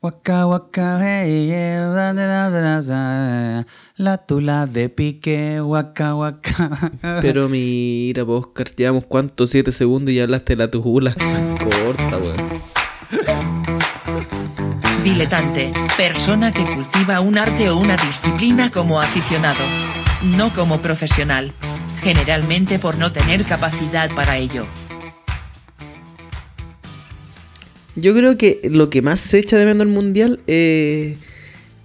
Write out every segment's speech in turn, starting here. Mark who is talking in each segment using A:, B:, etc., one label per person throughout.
A: Waka waka hey yeah, da, da, da, da, da. la tula de pique, waka waka.
B: Pero mira, pues Oscar, llevamos cuántos, siete segundos y ya hablaste de la tujula. Corta, weón.
C: Diletante, persona que cultiva un arte o una disciplina como aficionado. No como profesional. Generalmente por no tener capacidad para ello.
B: Yo creo que lo que más se echa de menos el mundial eh,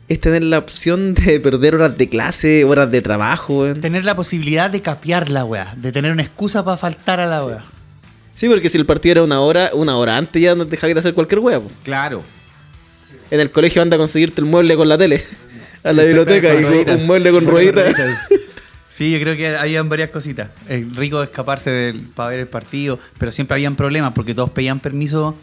B: es tener la opción de perder horas de clase, horas de trabajo, weón.
A: Tener la posibilidad de capear la weá, de tener una excusa para faltar a la weá.
B: Sí, porque si el partido era una hora, una hora antes ya no dejaría de hacer cualquier hueá. po.
D: Claro.
B: En el colegio anda a conseguirte el mueble con la tele. A la biblioteca y un- un mueble con rueditas.
A: Sí, yo creo que habían varias cositas. El rico de escaparse del, para ver el partido, pero siempre habían problemas porque todos pedían permiso.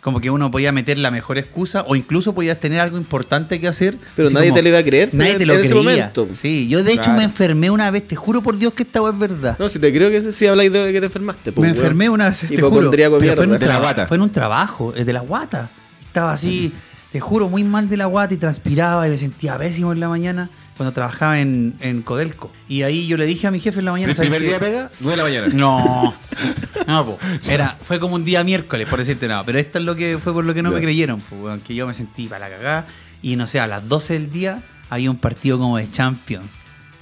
A: Como que uno podía meter la mejor excusa o incluso podías tener algo importante que hacer.
B: Pero nadie
A: como-
B: te lo iba a creer
A: Nadie
B: en-
A: te lo
B: en ese
A: creía.
B: momento.
A: Sí, yo de hecho
D: Claro.
A: me enfermé una vez, te juro por Dios que esta hueá es verdad.
B: No, si te creo que sí, sí habláis de que te enfermaste. po,
A: me
B: weón.
A: enfermé una vez, te juro.
B: Hipocondríaco
A: pero fue, en un
B: mierda.
D: De la
A: traba-
D: guata.
A: fue en un trabajo, eh, de la guata. Estaba así, te juro, muy mal de la guata y transpiraba y me sentía pésimo en la mañana cuando trabajaba en, en Codelco. Y ahí yo le dije a mi jefe en la mañana...
D: ¿El
A: ¿sabes
D: primer
A: qué?
D: día pega? 9 de la mañana.
A: No, no, po. Era, fue como un día miércoles, por decirte nada. Pero esto es lo que fue por lo que no me
B: Ya.
A: creyeron, po, weón, que yo me sentí para la cagada. Y no sé, a las 12 del día había un partido como de Champions,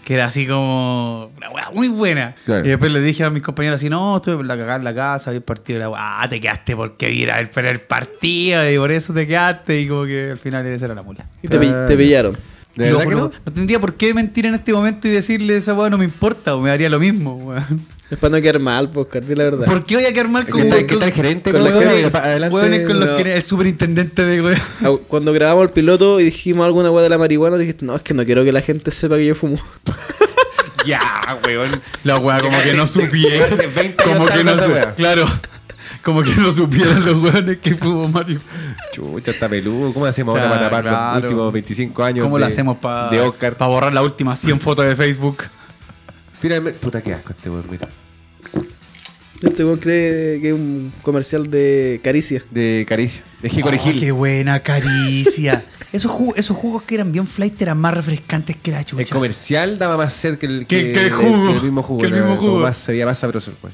A: que era así como una weá muy buena.
D: Claro.
A: Y después le dije a mis compañeros así, no, estuve por la cagada en la casa, había el partido de la weá, ah, te quedaste porque viera el, pero el partido y por eso te quedaste. Y como que al final esa era la mula.
B: Y te, pi-
A: Ah,
B: te pillaron.
D: ¿De
A: Digo,
D: verdad que
A: no,
D: no?
A: no tendría por qué mentir en este momento y decirle esa weá no me importa, o me daría lo mismo, weón.
B: Es para no quedar mal, pues, Oscar, di la verdad.
A: ¿Por qué voy a quedar mal
D: ¿Qué
A: con
D: tal-
A: con-
D: qué tal gerente?
A: con
D: ¿Cómo
A: los
D: fue?
A: que-
D: Pa- adelante.
A: hueones con
B: No.
A: los que el superintendente de hue-
B: Ah, Cuando grabamos el piloto y dijimos alguna weá de la marihuana, dijiste, no, es que no quiero que la gente sepa que yo fumo.
D: Ya, weón.
A: La hueá como que no supiera.
D: Veinte- veinte
A: como
D: años
A: que no
D: tarde esa
A: supiera.
D: wea.
A: Claro. Como que no supieran los hueones que fumó Mario.
D: Chucha, está peludo. ¿Cómo hacemos ahora
A: Claro,
D: para tapar
A: claro.
D: los últimos 25 años?
A: ¿Cómo
D: de-
A: lo hacemos para
D: De Oscar.
A: borrar la última 100 fotos de Facebook?
D: Finalmente. Puta, qué asco este weón, mira.
B: Este weón cree que es un comercial de caricia.
D: De Caricio. De Jico
A: Oh, qué buena caricia. esos, ju- esos jugos que eran bien flight eran más refrescantes que la
D: El
A: chucha.
D: comercial daba más sed que el,
A: Que- que el jugo.
D: que el mismo jugo.
A: Que el
D: ¿no?
A: mismo
D: Como
A: jugo.
D: Más, sería más sabroso. Pues.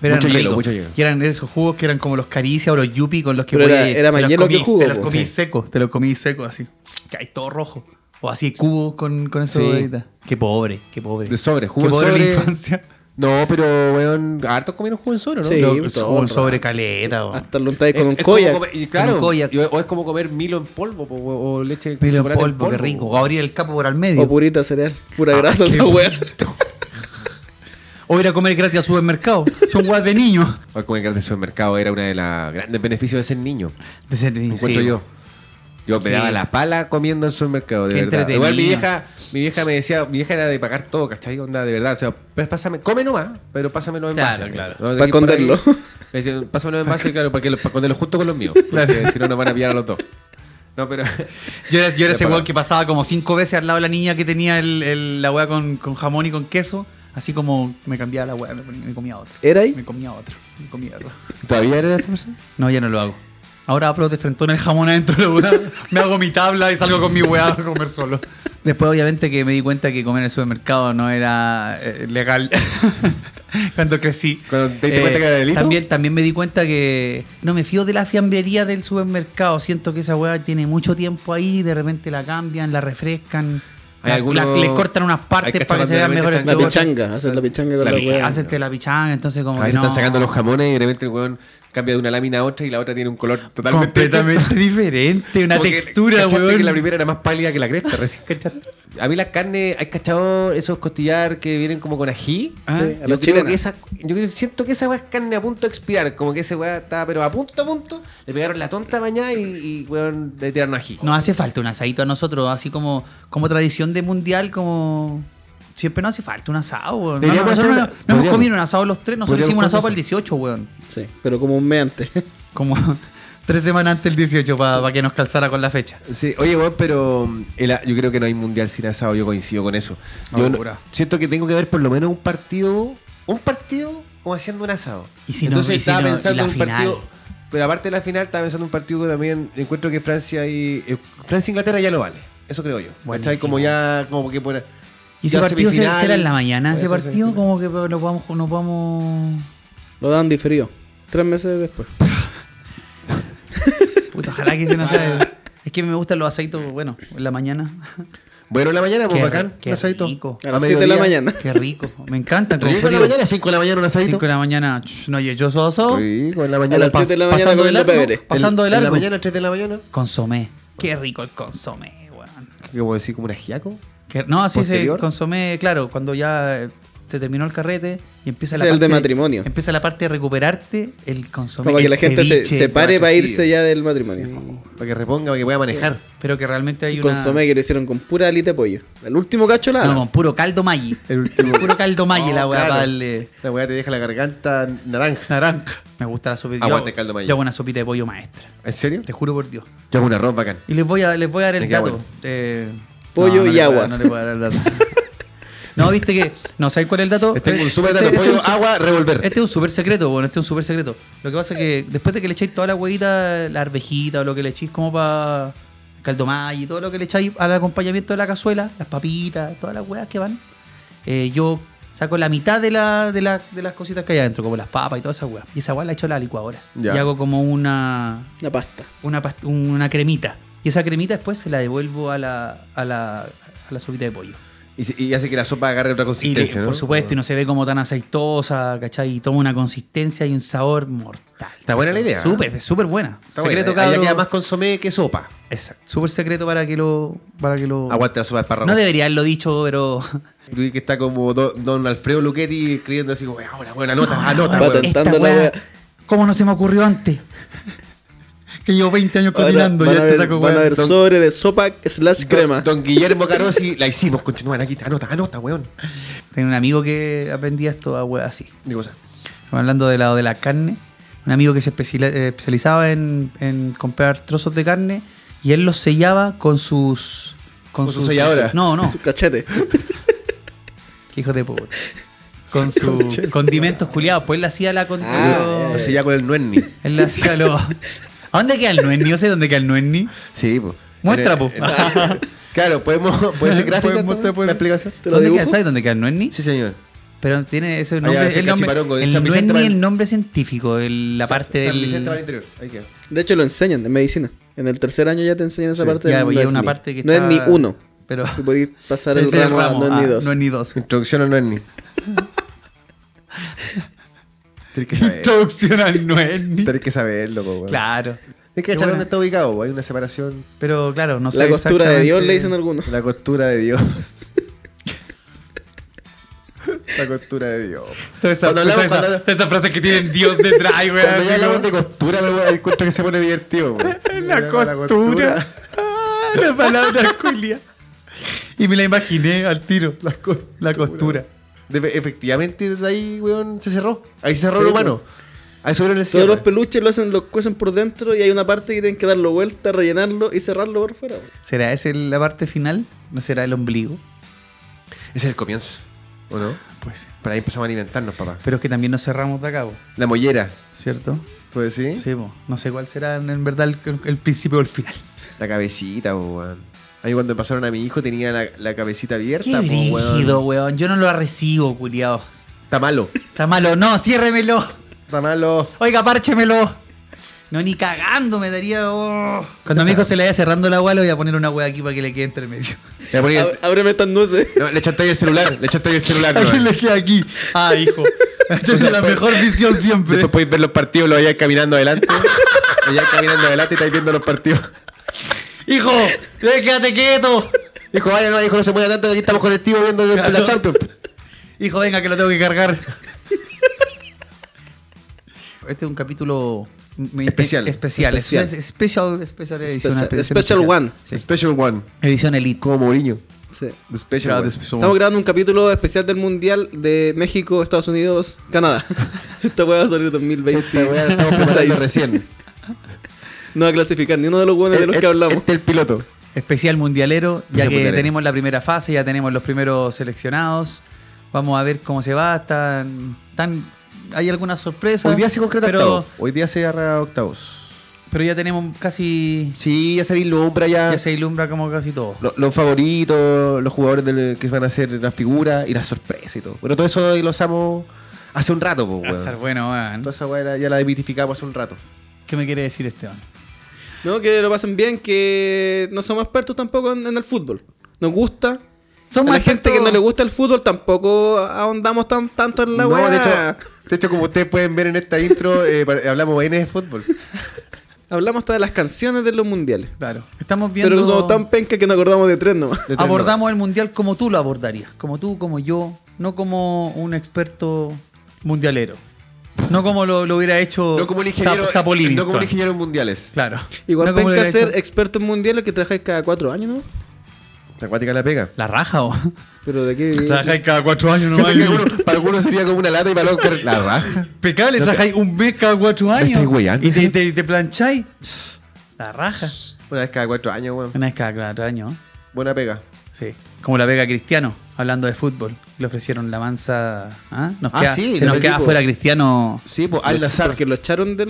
A: Pero eran
D: mucho hielo,
A: ricos.
D: mucho hielo.
A: Que eran esos jugos que eran como los caricia o los yupi con los que
B: Pero era-
A: podías-
B: era más
A: te los
B: hielo que
A: comí-
B: jugo,
A: Te los
B: po.
A: comí
B: Sí.
A: seco, te los comí seco así. Que hay todo rojo. O así cubo con, con eso.
D: Sí.
A: de- Qué pobre, qué pobre.
D: De sobre,
A: Qué
D: jugo en
A: pobre
D: sobre.
A: la infancia.
D: No, pero, weón, hartos comieron jugo en solo, ¿no?
B: Sí,
D: No,
B: pues, todo
A: Jugo en
B: el
A: sobre
B: rato.
A: caleta. po.
B: Hasta lo untáis con
D: es-
B: un
D: es como
B: collar.
D: comer- y claro,
A: Con un koyak.
D: y- o es como comer milo en polvo po, o, o leche
A: Mira el
D: chocolate
A: polvo,
D: en
A: qué rico. O abrir el capo por al medio.
B: O purita cereal. Pura
A: Ah,
B: grasa
A: qué
B: esa weá.
A: O ir a comer gratis al supermercado. Son guas de niño.
D: O comer gratis en el supermercado era una de las grandes beneficios de ser niño.
A: De ser-
D: Lo encuentro
A: sí.
D: yo. Yo me
A: Sí.
D: daba la pala comiendo en el supermercado, de
A: Qué
D: verdad. Igual mi
A: entretenido.
D: vieja, mi vieja me decía, mi vieja era de pagar todo, ¿cachai? Onda, de verdad. O sea, pues pásame, come nomás, pero pásamelo en
A: Claro,
D: base.
A: claro.
D: ¿no? De
B: Pa'
D: aquí por ahí,
B: esconderlo.
D: Le decía, pásamelo en base, claro, para que lo, para esconderlo junto con los míos. Porque si no, nos van a pillar a los dos. No, pero.
A: Yo era, yo era ese
D: Ya, para.
A: weón que pasaba como cinco veces al lado de la niña que tenía el- el- la weá con, con jamón y con queso. Así como me cambiaba la weá, me, ponía- me comía otra.
B: ¿Era ahí?
A: Me comía otra. Me comía otra.
D: ¿Todavía era esa persona?
A: No, ya no lo hago. Ahora hablo de frentón el jamón adentro de la weá. Me hago mi tabla y salgo con mi weá a comer solo. Después, obviamente, que me di cuenta que comer en el supermercado no era eh, legal. Cuando crecí. Eh,
D: Cuando te diste cuenta que era delito.
A: También, también me di cuenta que no me fío de la fiambrería del supermercado. Siento que esa weá tiene mucho tiempo ahí. De repente la cambian, la refrescan.
D: Hay
A: la-
D: algunos-
A: la- le cortan unas
D: hay
A: partes
D: cachado
A: para que se vean
D: cuando de repente
A: mejores
B: La
A: que otras.
B: pichanga. Haces la pichanga con
A: La
B: la
A: pichanga,
B: weá.
A: Hacerte la pichanga, entonces como
D: A veces
A: que no.
D: están sacando los jamones y de repente el weón cambia de una lámina a otra y la otra tiene un color totalmente.
A: completamente diferente, una
D: Como que,
A: textura,
D: ¿cachaste
A: weón.
D: que la primera era más pálida que la cresta, recién cachaste. A mí las carnes, ¿hay cachado esos costillar que vienen como con ají?
A: Ah,
B: Sí, a
D: yo,
B: la
D: creo
B: chilena.
D: que esa, yo creo- siento que esa weá es carne a punto de expirar. Como que ese weá estaba, pero a punto, a punto. Le pegaron la tonta bañada y, y weón, le tiraron ají.
A: Nos hace falta un asadito a nosotros, así como, como tradición de mundial, como siempre nos hace falta un asado, weón. No,
D: Deberíamos
A: no, nosotros
D: hacer
A: no-
D: una-
A: no hemos
D: podríamos.
A: comido un asado los tres, nosotros
D: Podríamos
A: hicimos un asado
D: hacer
A: para el 18, weón.
B: Sí, pero como un mes antes.
A: Como tres semanas antes del 18 para que nos calzara con la fecha.
D: Sí, oye, weón, pero mm, el a- yo creo que no hay mundial sin asado, yo coincido con eso. Yo no-
A: Ahora.
D: siento que tengo que ver por lo menos un partido, un partido como haciendo un asado.
A: Y si no,
D: Entonces
A: y si
D: estaba
A: no, y
D: pensando
A: la
D: en un partido
A: final.
D: Pero aparte de la final, estaba pensando en un partido que también encuentro que Francia y. eh, Francia e Inglaterra ya no vale. Eso creo yo.
A: Buenísimo.
D: ¿Cachai? Como ya. Como que por,
A: ¿Y ese
D: ya
A: partido se-
D: semifinal.
A: será en la mañana? ¿Ese
D: Eso,
A: partido?
D: semifinal.
A: Como que pues, nos vamos... Nos vamos...
B: Lo dan diferido. Tres meses después.
A: Puta, ojalá que ese no sea... Es que me gustan los aceitos, bueno, en la mañana.
D: Bueno, en la mañana, pues
A: Qué
D: bacán.
A: ri- qué
D: un asadito.
A: rico.
B: A las siete de la
D: Ah,
B: mañana.
A: Qué rico. Me encantan. con
D: Rico en la
A: frío.
D: mañana, 5 de la mañana un asadito.
A: 5 de la mañana, ch, no yo soso.
D: Rico, en la
B: A
D: mañana.
B: las
D: pa-
B: 7 de la mañana
A: pasando de
B: comiendo
A: largo.
B: pebre.
A: pasando de
D: en- en
A: largo.
D: la mañana, 3 de la mañana.
A: Consomé. Qué rico el consomé, weón.
D: Como decir, como un ajiaco.
A: Que- no, así
D: Posterior.
A: se consomé, claro, cuando ya eh, te terminó el carrete y empieza la
B: Es el
A: parte
B: de matrimonio.
A: Empieza la parte de recuperarte, el consomé.
B: Como que
A: el
B: la gente se,
A: ceviche,
B: se pare para
A: guacho,
B: irse
A: sí.
B: ya del matrimonio.
D: Para que reponga, para que pueda manejar.
A: Pero que realmente hay
B: Y
A: una.
B: Consomé que lo hicieron con pura alita de pollo. El último cacho la.
A: No, con puro caldo Maggi.
D: El último-
A: Puro caldo Maggi,
D: Oh,
A: la weá,
D: claro.
A: para darle
D: La weá te deja la garganta naranja.
A: naranja. Me gusta la sopita.
D: Aguante
A: yo,
D: caldo Maggi.
A: Yo hago una sopita de pollo maestra.
D: ¿En serio?
A: Te juro por Dios.
D: Yo hago un arroz bacán.
A: Y les voy a, les voy a dar el
D: Me queda
A: dato.
D: bueno.
A: Eh,
B: Pollo
A: no, no le
B: y
A: puedo-
B: agua.
A: no le puedo dar el dato. no, viste que. No, ¿sabes cuál es el dato?
D: Les Tengo un
A: Eh,
D: súper
A: este-
D: dato.
A: este es un
D: Pollo,
A: su-
D: agua, revolver.
A: Este es un súper secreto, bueno, este es un súper secreto. Lo que pasa es que después de que le echáis toda la huevita, la arvejita o lo que le echéis como para caldomay y todo lo que le echáis al acompañamiento de la cazuela, las papitas, todas las huevas que van, eh, yo saco la mitad de, la, de, la- de las cositas que hay adentro, como las papas y todas esas huevas. Y esa hueá la echo a la licuadora.
D: Ya.
A: Y hago como una,
B: Una pasta.
A: una, past- una cremita. Y esa cremita después se la devuelvo a la, a la, a la sopita de pollo.
D: Y, se- y hace que la sopa agarre
A: Y
D: otra
A: le-
D: consistencia, ¿no?
A: por supuesto, y no se ve como tan aceitosa, ¿cachai? Y toma una consistencia y un sabor mortal.
D: Está buena la idea, ¿eh?
A: Súper, súper buena.
D: Está bueno,
A: secreto,
D: ahí- ahí ya
A: cabrón.
D: queda más consomé que sopa.
A: Exacto. Súper secreto para que lo. Para que lo...
D: Aguante la sopa de espárragos.
A: Oh. No debería haberlo dicho, pero.
D: Tú dices que está como don, don Alfredo Luchetti escribiendo así como, ahora, buena
A: Ah,
D: nota, anota, pues.
B: Va
D: weón".
B: Patentando
A: Esta
B: la
A: weá,
B: wea.
A: ¿Cómo no se me ocurrió antes? que llevo 20 años
B: Ahora
A: cocinando
B: van
A: y
B: a
A: antes
B: ver-
A: saco
B: Van a
A: weá.
B: ver sobre de sopa slash
D: Don-
B: crema.
D: Don, Guillermo Carosi, la hicimos, continúan aquí, anota, anota, weón.
A: Tenía un amigo que aprendía esto a weá así.
D: Digo, o sea,
A: Eh. hablando de lado de la carne, un amigo que se especiali- eh, especializaba en, en comprar trozos de carne y él los sellaba con sus.
D: Con su selladora.
A: No, no,
B: Su cachete.
A: qué hijo de puta. Con sus condimentos culiados. Pues él le hacía la. Con,
B: Ah,
A: lo-
B: ya,
D: no sé, ya con el nuenni.
A: Él le hacía lo. ¿A dónde queda el nuenni? Yo sé dónde queda el nuenni.
D: Sí, pues.
A: Muestra,
D: En-
A: po.
D: en- Claro, podemos, puede ser gráfica
A: Podemos
D: esto,
A: mostrar por-
D: la explicación.
B: ¿Te lo
A: ¿Dónde queda,
B: dibujo? Ah,
A: ¿Sabes dónde queda el nuenni?
D: Sí, señor.
A: Pero tiene ese
D: Allá,
A: nombre.
D: cerca
A: el
D: de
A: nombre,
D: Chiparongo, en
A: el
D: San Vicente
A: nuenni,
D: Val-
A: el nombre científico. el- la parte
D: San,
A: del.
D: San Vicente va al interior, ahí queda.
B: De hecho, lo enseñan en medicina. En el tercer año ya te enseñan esa
D: Sí.
B: parte.
A: Ya,
B: del-
A: voy
B: no
A: a
B: es
A: una
B: ni-
A: parte que
B: No
A: está-
B: es ni uno.
A: pero-
B: Y podéis pasar el
A: Este es
B: ramo, a no es ni
A: ah,
B: dos.
A: No es ni dos.
D: Introducción al nuenni. Tienes que saber.
A: Introducción al nuenni.
D: Tenés que saberlo, po, weón.
A: Claro.
D: Tienes que
A: Qué
D: echar
A: buena.
D: dónde está ubicado, po. hay una separación,
A: Pero claro, no sé.
B: La costura de Dios le dicen
A: exactamente-
B: algunos.
D: la costura de Dios. La costura de Dios.
A: Todas esas
D: Cuando hablamos-
A: todas esas-
D: cuando-
A: todas esas frases que tienen Dios detrás, ay, weón,
D: Cuando ya
A: así
D: hablamos
A: como-
D: de costura, me voy a dar cuenta que se pone divertido. güey.
A: La costura. Ah, La palabra culia. Y me la imaginé al tiro. La, costura.
D: De- efectivamente, de ahí, weón, se cerró. Ahí se cerró el
B: Sí,
D: humano. Ahí subieron el
B: Todos los
D: cierre.
B: peluches lo hacen, los cuecen por dentro y hay una parte que tienen que darlo vuelta, rellenarlo y cerrarlo por fuera. güey.
A: ¿Será esa la parte final? ¿No será el ombligo?
D: Ese es el comienzo, ¿o no?
A: Pues
D: Para ahí empezamos a alimentarnos, papá.
A: Pero es que también nos cerramos de acá, po,
D: La mollera,
A: ¿cierto?
D: ¿tú decís?
A: Sí, po. No sé cuál será en verdad el, el principio o el final.
D: La cabecita, po, weón. Ahí cuando pasaron a mi hijo tenía la, la cabecita abierta,
A: Qué
D: po, weón.
A: brígido, weón. Yo no lo recibo, culiao.
D: Está malo.
A: Está malo. No, ciérremelo.
D: Está malo.
A: Oiga, párchemelo. No, ni cagando me daría. oh. Cuando a mi hijo se le vaya cerrando la agua, le voy a poner una hueá aquí para que le quede entre medio.
D: Le, ponía-
B: Ab- Ábreme estas nueces.
D: pues, No, le echaste ahí el celular, le echaste ahí el celular.
B: eh.
A: ¿A quién
D: weón.
A: le queda aquí? Ah, hijo. Esta es la mejor visión siempre.
D: Después podéis ver los partidos, lo vayas caminando adelante. Lo vayas caminando adelante y estáis viendo los partidos.
A: Hijo, eh, quédate quieto.
D: Dijo, vaya, no, dijo, no se mueva tanto, que aquí estamos con el tío viendo el- la
A: Claro.
D: Champions.
A: Hijo, venga, que lo tengo que cargar. Este es un capítulo me-
D: Especial.
A: me- especial.
B: Especial.
A: Es- es- Special, special edición.
B: Special-
A: edición
B: special one.
A: Sí.
D: Special One.
A: Edición Elite.
D: Como Mourinho.
B: Sí.
D: The Special
A: Claro,
D: One.
A: the special
B: Estamos grabando un capítulo especial del Mundial de México, Estados Unidos, Canadá. Esta weá va a salir en 2020.
D: Esta weá la estamos preparando
B: Seis.
D: recién.
B: No va a clasificar ni uno de los buenos
A: Eh,
B: de los que hablamos.
D: Este es el piloto.
A: especial mundialero, ya
D: Especial
A: que
D: mundialero.
A: tenemos la primera fase, ya tenemos los primeros seleccionados. Vamos a ver cómo se va. Están, están hay algunas sorpresas.
D: Hoy día se concreta
A: pero,
D: octavos. Hoy día se agarra octavos.
A: pero ya tenemos casi.
D: Sí, ya se vislumbra ya.
A: Ya se ilumbra como casi todo.
D: lo- los favoritos, los jugadores del- que van a ser las figuras y las sorpresas y todo. Bueno, todo eso lo usamos hace un rato, pues,
A: Va a estar
D: weón.
A: bueno, weón.
D: Toda esa weá la- ya la demitificamos hace un rato.
A: ¿Qué me quiere decir este Esteban?
B: No, que lo pasen bien, que no somos expertos tampoco en, en el fútbol. Nos gusta.
A: Somos
B: a la gente
A: expertos-
B: que no le gusta el fútbol tampoco ahondamos tan, tanto en la
D: no,
B: weá.
D: de hecho, de hecho, como ustedes pueden ver en esta intro, eh, par- hablamos N de fútbol.
B: Hablamos hasta de las canciones de los mundiales.
A: Claro. Estamos viendo.
B: Pero somos tan penca que nos acordamos de tres nomás.
D: De tres
A: abordamos el mundial como tú lo abordarías. Como tú, como yo. No como un experto mundialero. No como lo, lo hubiera hecho
D: No como el ingeniero, eh,
A: Zap- Zapolini.
D: no como el ingeniero en mundiales.
A: Claro.
B: Igual
A: No como lo
B: penca
A: hubiera
B: ser
A: hecho-
B: experto en mundiales que trabajáis cada cuatro años, ¿no?
D: ¿Te acuática la pega?
A: La raja, o.
B: Pero de qué...
A: Trabajáis cada cuatro años
D: Siento que
A: nomás.
D: alguno- para algunos sería como una lata y para otros la raja.
A: Impecable, trabajáis un mes cada cuatro años.
D: estáis weyando.
A: y si te, te plancháis, tss, la raja.
D: Una vez cada cuatro años, weón.
A: Una vez cada cuatro años, ¿eh?
D: Buena pega.
A: sí. Como la pega Cristiano, hablando de fútbol. Le ofrecieron la mansa. ¿Ah? Nos
D: Ah,
A: queda,
D: sí,
A: se
D: del
A: nos queda
D: equipo.
A: fuera Cristiano.
D: Sí, pues Al Nazar.
B: Porque lo echaron del,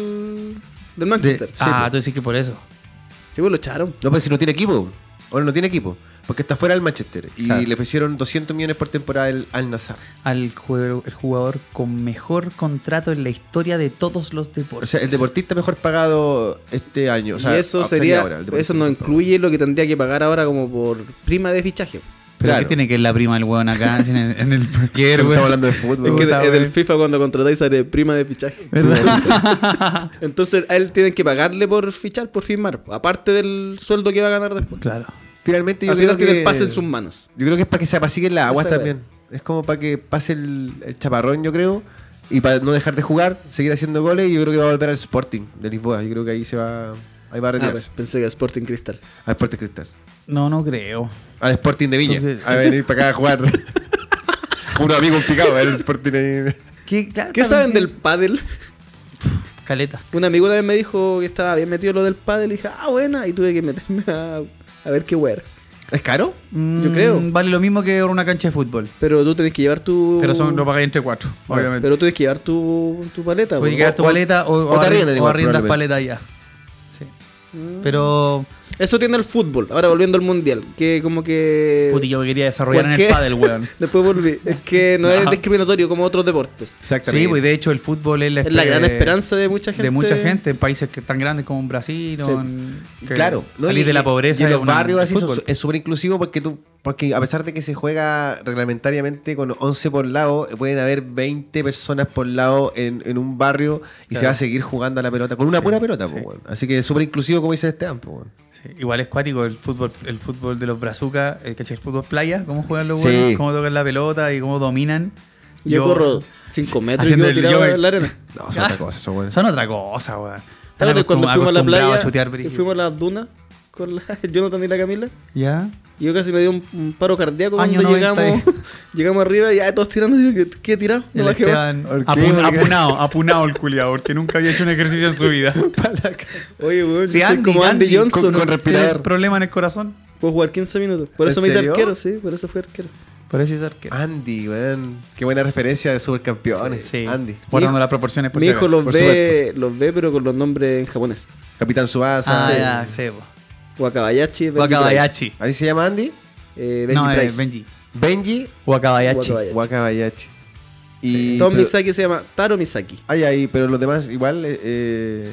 B: del
A: de-
B: Manchester. Sí,
A: ah,
B: pues.
A: tú decís que por eso.
B: Sí, pues lo echaron.
D: No, pero si no tiene equipo. Ahora no tiene equipo. Porque está fuera del Manchester. Y
A: Claro.
D: le ofrecieron 200 millones por temporada el- al Nazar.
A: Al jugador, el jugador con mejor contrato en la historia de todos los deportes.
D: O sea, el deportista mejor pagado este año. O sea,
B: y eso
D: estaría
B: sería...
D: ahora, el
B: eso
D: deportista
B: no
D: mejor pagado.
B: incluye lo que tendría que pagar ahora como por prima de fichaje.
A: Pero
D: claro.
A: ¿qué tiene que ver la prima del weón acá en el, en el parquero,
D: Estamos
A: weón?
D: hablando de fútbol.
B: Es que
A: Puta,
B: de- del
A: weón.
B: FIFA cuando contratáis sale prima de fichaje.
A: ¿Verdad?
B: Entonces a él tienen que pagarle por fichar, por firmar. Aparte del sueldo que va a ganar después.
A: claro.
D: Finalmente yo
B: Al
D: creo
B: final
D: que...
B: que pase en sus manos.
D: Yo creo que es para que se apaciguen las aguas
B: Esa
D: también. Es como para que pase el, el chaparrón, yo creo. Y para no dejar de jugar, seguir haciendo goles. Y yo creo que va a volver al Sporting de Lisboa. Yo creo que ahí se va... Ahí va a
B: Ah,
D: retirarse.
B: pues, pensé que Sporting Cristal.
D: Al Sporting Cristal.
A: No, no creo.
D: Al Sporting de Viña.
A: Entonces-
D: A venir para acá a jugar. Con unos amigos picados. El Sporting de
A: ¿Qué,
B: ¿Qué saben del pádel?
A: Caleta.
B: Un amigo una vez me dijo que estaba bien metido lo del pádel y dije, ah, buena, y tuve que meterme a, a ver qué weá. era.
D: ¿Es caro?
A: Mm,
B: creo.
A: Vale lo mismo que una cancha de fútbol.
B: Pero tú tenés que llevar tu...
A: Pero son, lo pagáis entre cuatro, obviamente.
B: Pero tú tienes que llevar tu, tu paleta.
A: Puedes
B: po.
A: quedar tu
D: o-
A: paleta o,
D: o te
A: arri-
D: arriendan
A: o
D: igual,
A: arriendas
D: probablemente.
A: paleta allá. Sí.
B: Mm.
A: Pero,
B: Eso tiene el fútbol. Ahora volviendo al mundial, que como que...
A: puti, yo me quería desarrollar en
B: Eh, ¿Por
A: el
B: qué?
A: pádel, weón.
B: Después volví. Es que no, es
A: No.
B: discriminatorio como otros deportes.
A: Sí, pues de hecho el fútbol es la,
B: Es la
A: espe-
B: gran esperanza de mucha
A: Este,
B: gente.
A: de mucha gente en países que tan grandes como en Brasil o
B: Sí.
A: en,
D: Y
A: que
D: claro, ¿no?
A: salir
D: Y-
A: de
D: y-
A: la pobreza
D: y
A: es
D: en los
A: una-
D: barrios
A: el
D: así son-
A: fútbol.
D: es súper inclusivo porque tú porque a pesar de que se juega reglamentariamente con 11 por lado, pueden haber 20 personas por lado en, en un barrio y se va a seguir jugando a la pelota con una pura pelota, po,
A: sí.
D: weón. así que es súper inclusivo como dice Esteban. po, weón.
A: Sí, igual es cuático el fútbol, el fútbol de los brazucas, el, ¿cachai? el fútbol playa, cómo juegan los
D: Sí.
A: buenos, cómo tocan la pelota y cómo dominan.
B: Yo, corro 5 metros y
A: haciendo
B: quedo
A: el-
B: tirado
A: yo me-
B: en la arena.
D: No, son
A: Ah.
D: otra cosa, son buenos.
A: Son otra cosa, weón. Están
B: Claro, cuando
A: acostum-
B: fuimos a la
A: acostumbrados
B: playa,
A: a chutear
B: y
A: brígido.
B: fuimos a las dunas con la, el Jonathan y la Camila,
A: ¿Ya?
B: y yo casi me dio un, un paro cardíaco
A: Año
B: cuando
A: 90
B: llegamos, llegamos arriba y ya todos tirando. y yo, ¿Qué, qué he tirado? No
A: El
B: bajé más.
A: Esteban
D: ¿Por qué?
A: apun-
D: Porque-
A: apunado, apunado el culiado, porque nunca había hecho un ejercicio en su vida.
B: Oye, weón,
A: Si
B: yo soy
A: Andy,
B: como Andy,
A: Andy,
B: Johnson.
D: con- con
B: weón.
D: respirar.
A: Tiene problema en el corazón.
B: Puedo jugar 15 minutos. Por
D: ¿En
B: eso me hice
D: serio?
B: arquero, sí, por eso fui arquero.
A: Por eso es
B: Ah,
A: arquero.
D: Andy, weón. qué buena referencia de supercampeones.
A: Sí.
D: Andy,
A: Guardando las proporciones por
B: Mi
A: si
B: hijo
A: acaso.
B: los
D: por
B: ve, los ve, pero con los nombres en japonés.
D: Capitán Subasa.
A: Ah,
D: sí.
A: ya, sebo.
B: Wakabayashi, Benji
A: Wakabayashi.
D: ¿Así se llama Andy?
B: Price. Eh, Benji
A: No,
B: Price.
A: es Benji.
D: Benji
A: Wakabayashi.
B: Wakabayashi.
D: Wakabayashi. Y
B: Tom
D: pero-
B: Misaki se llama Taro Misaki.
D: Ay, ay, pero los demás igual. eh, eh,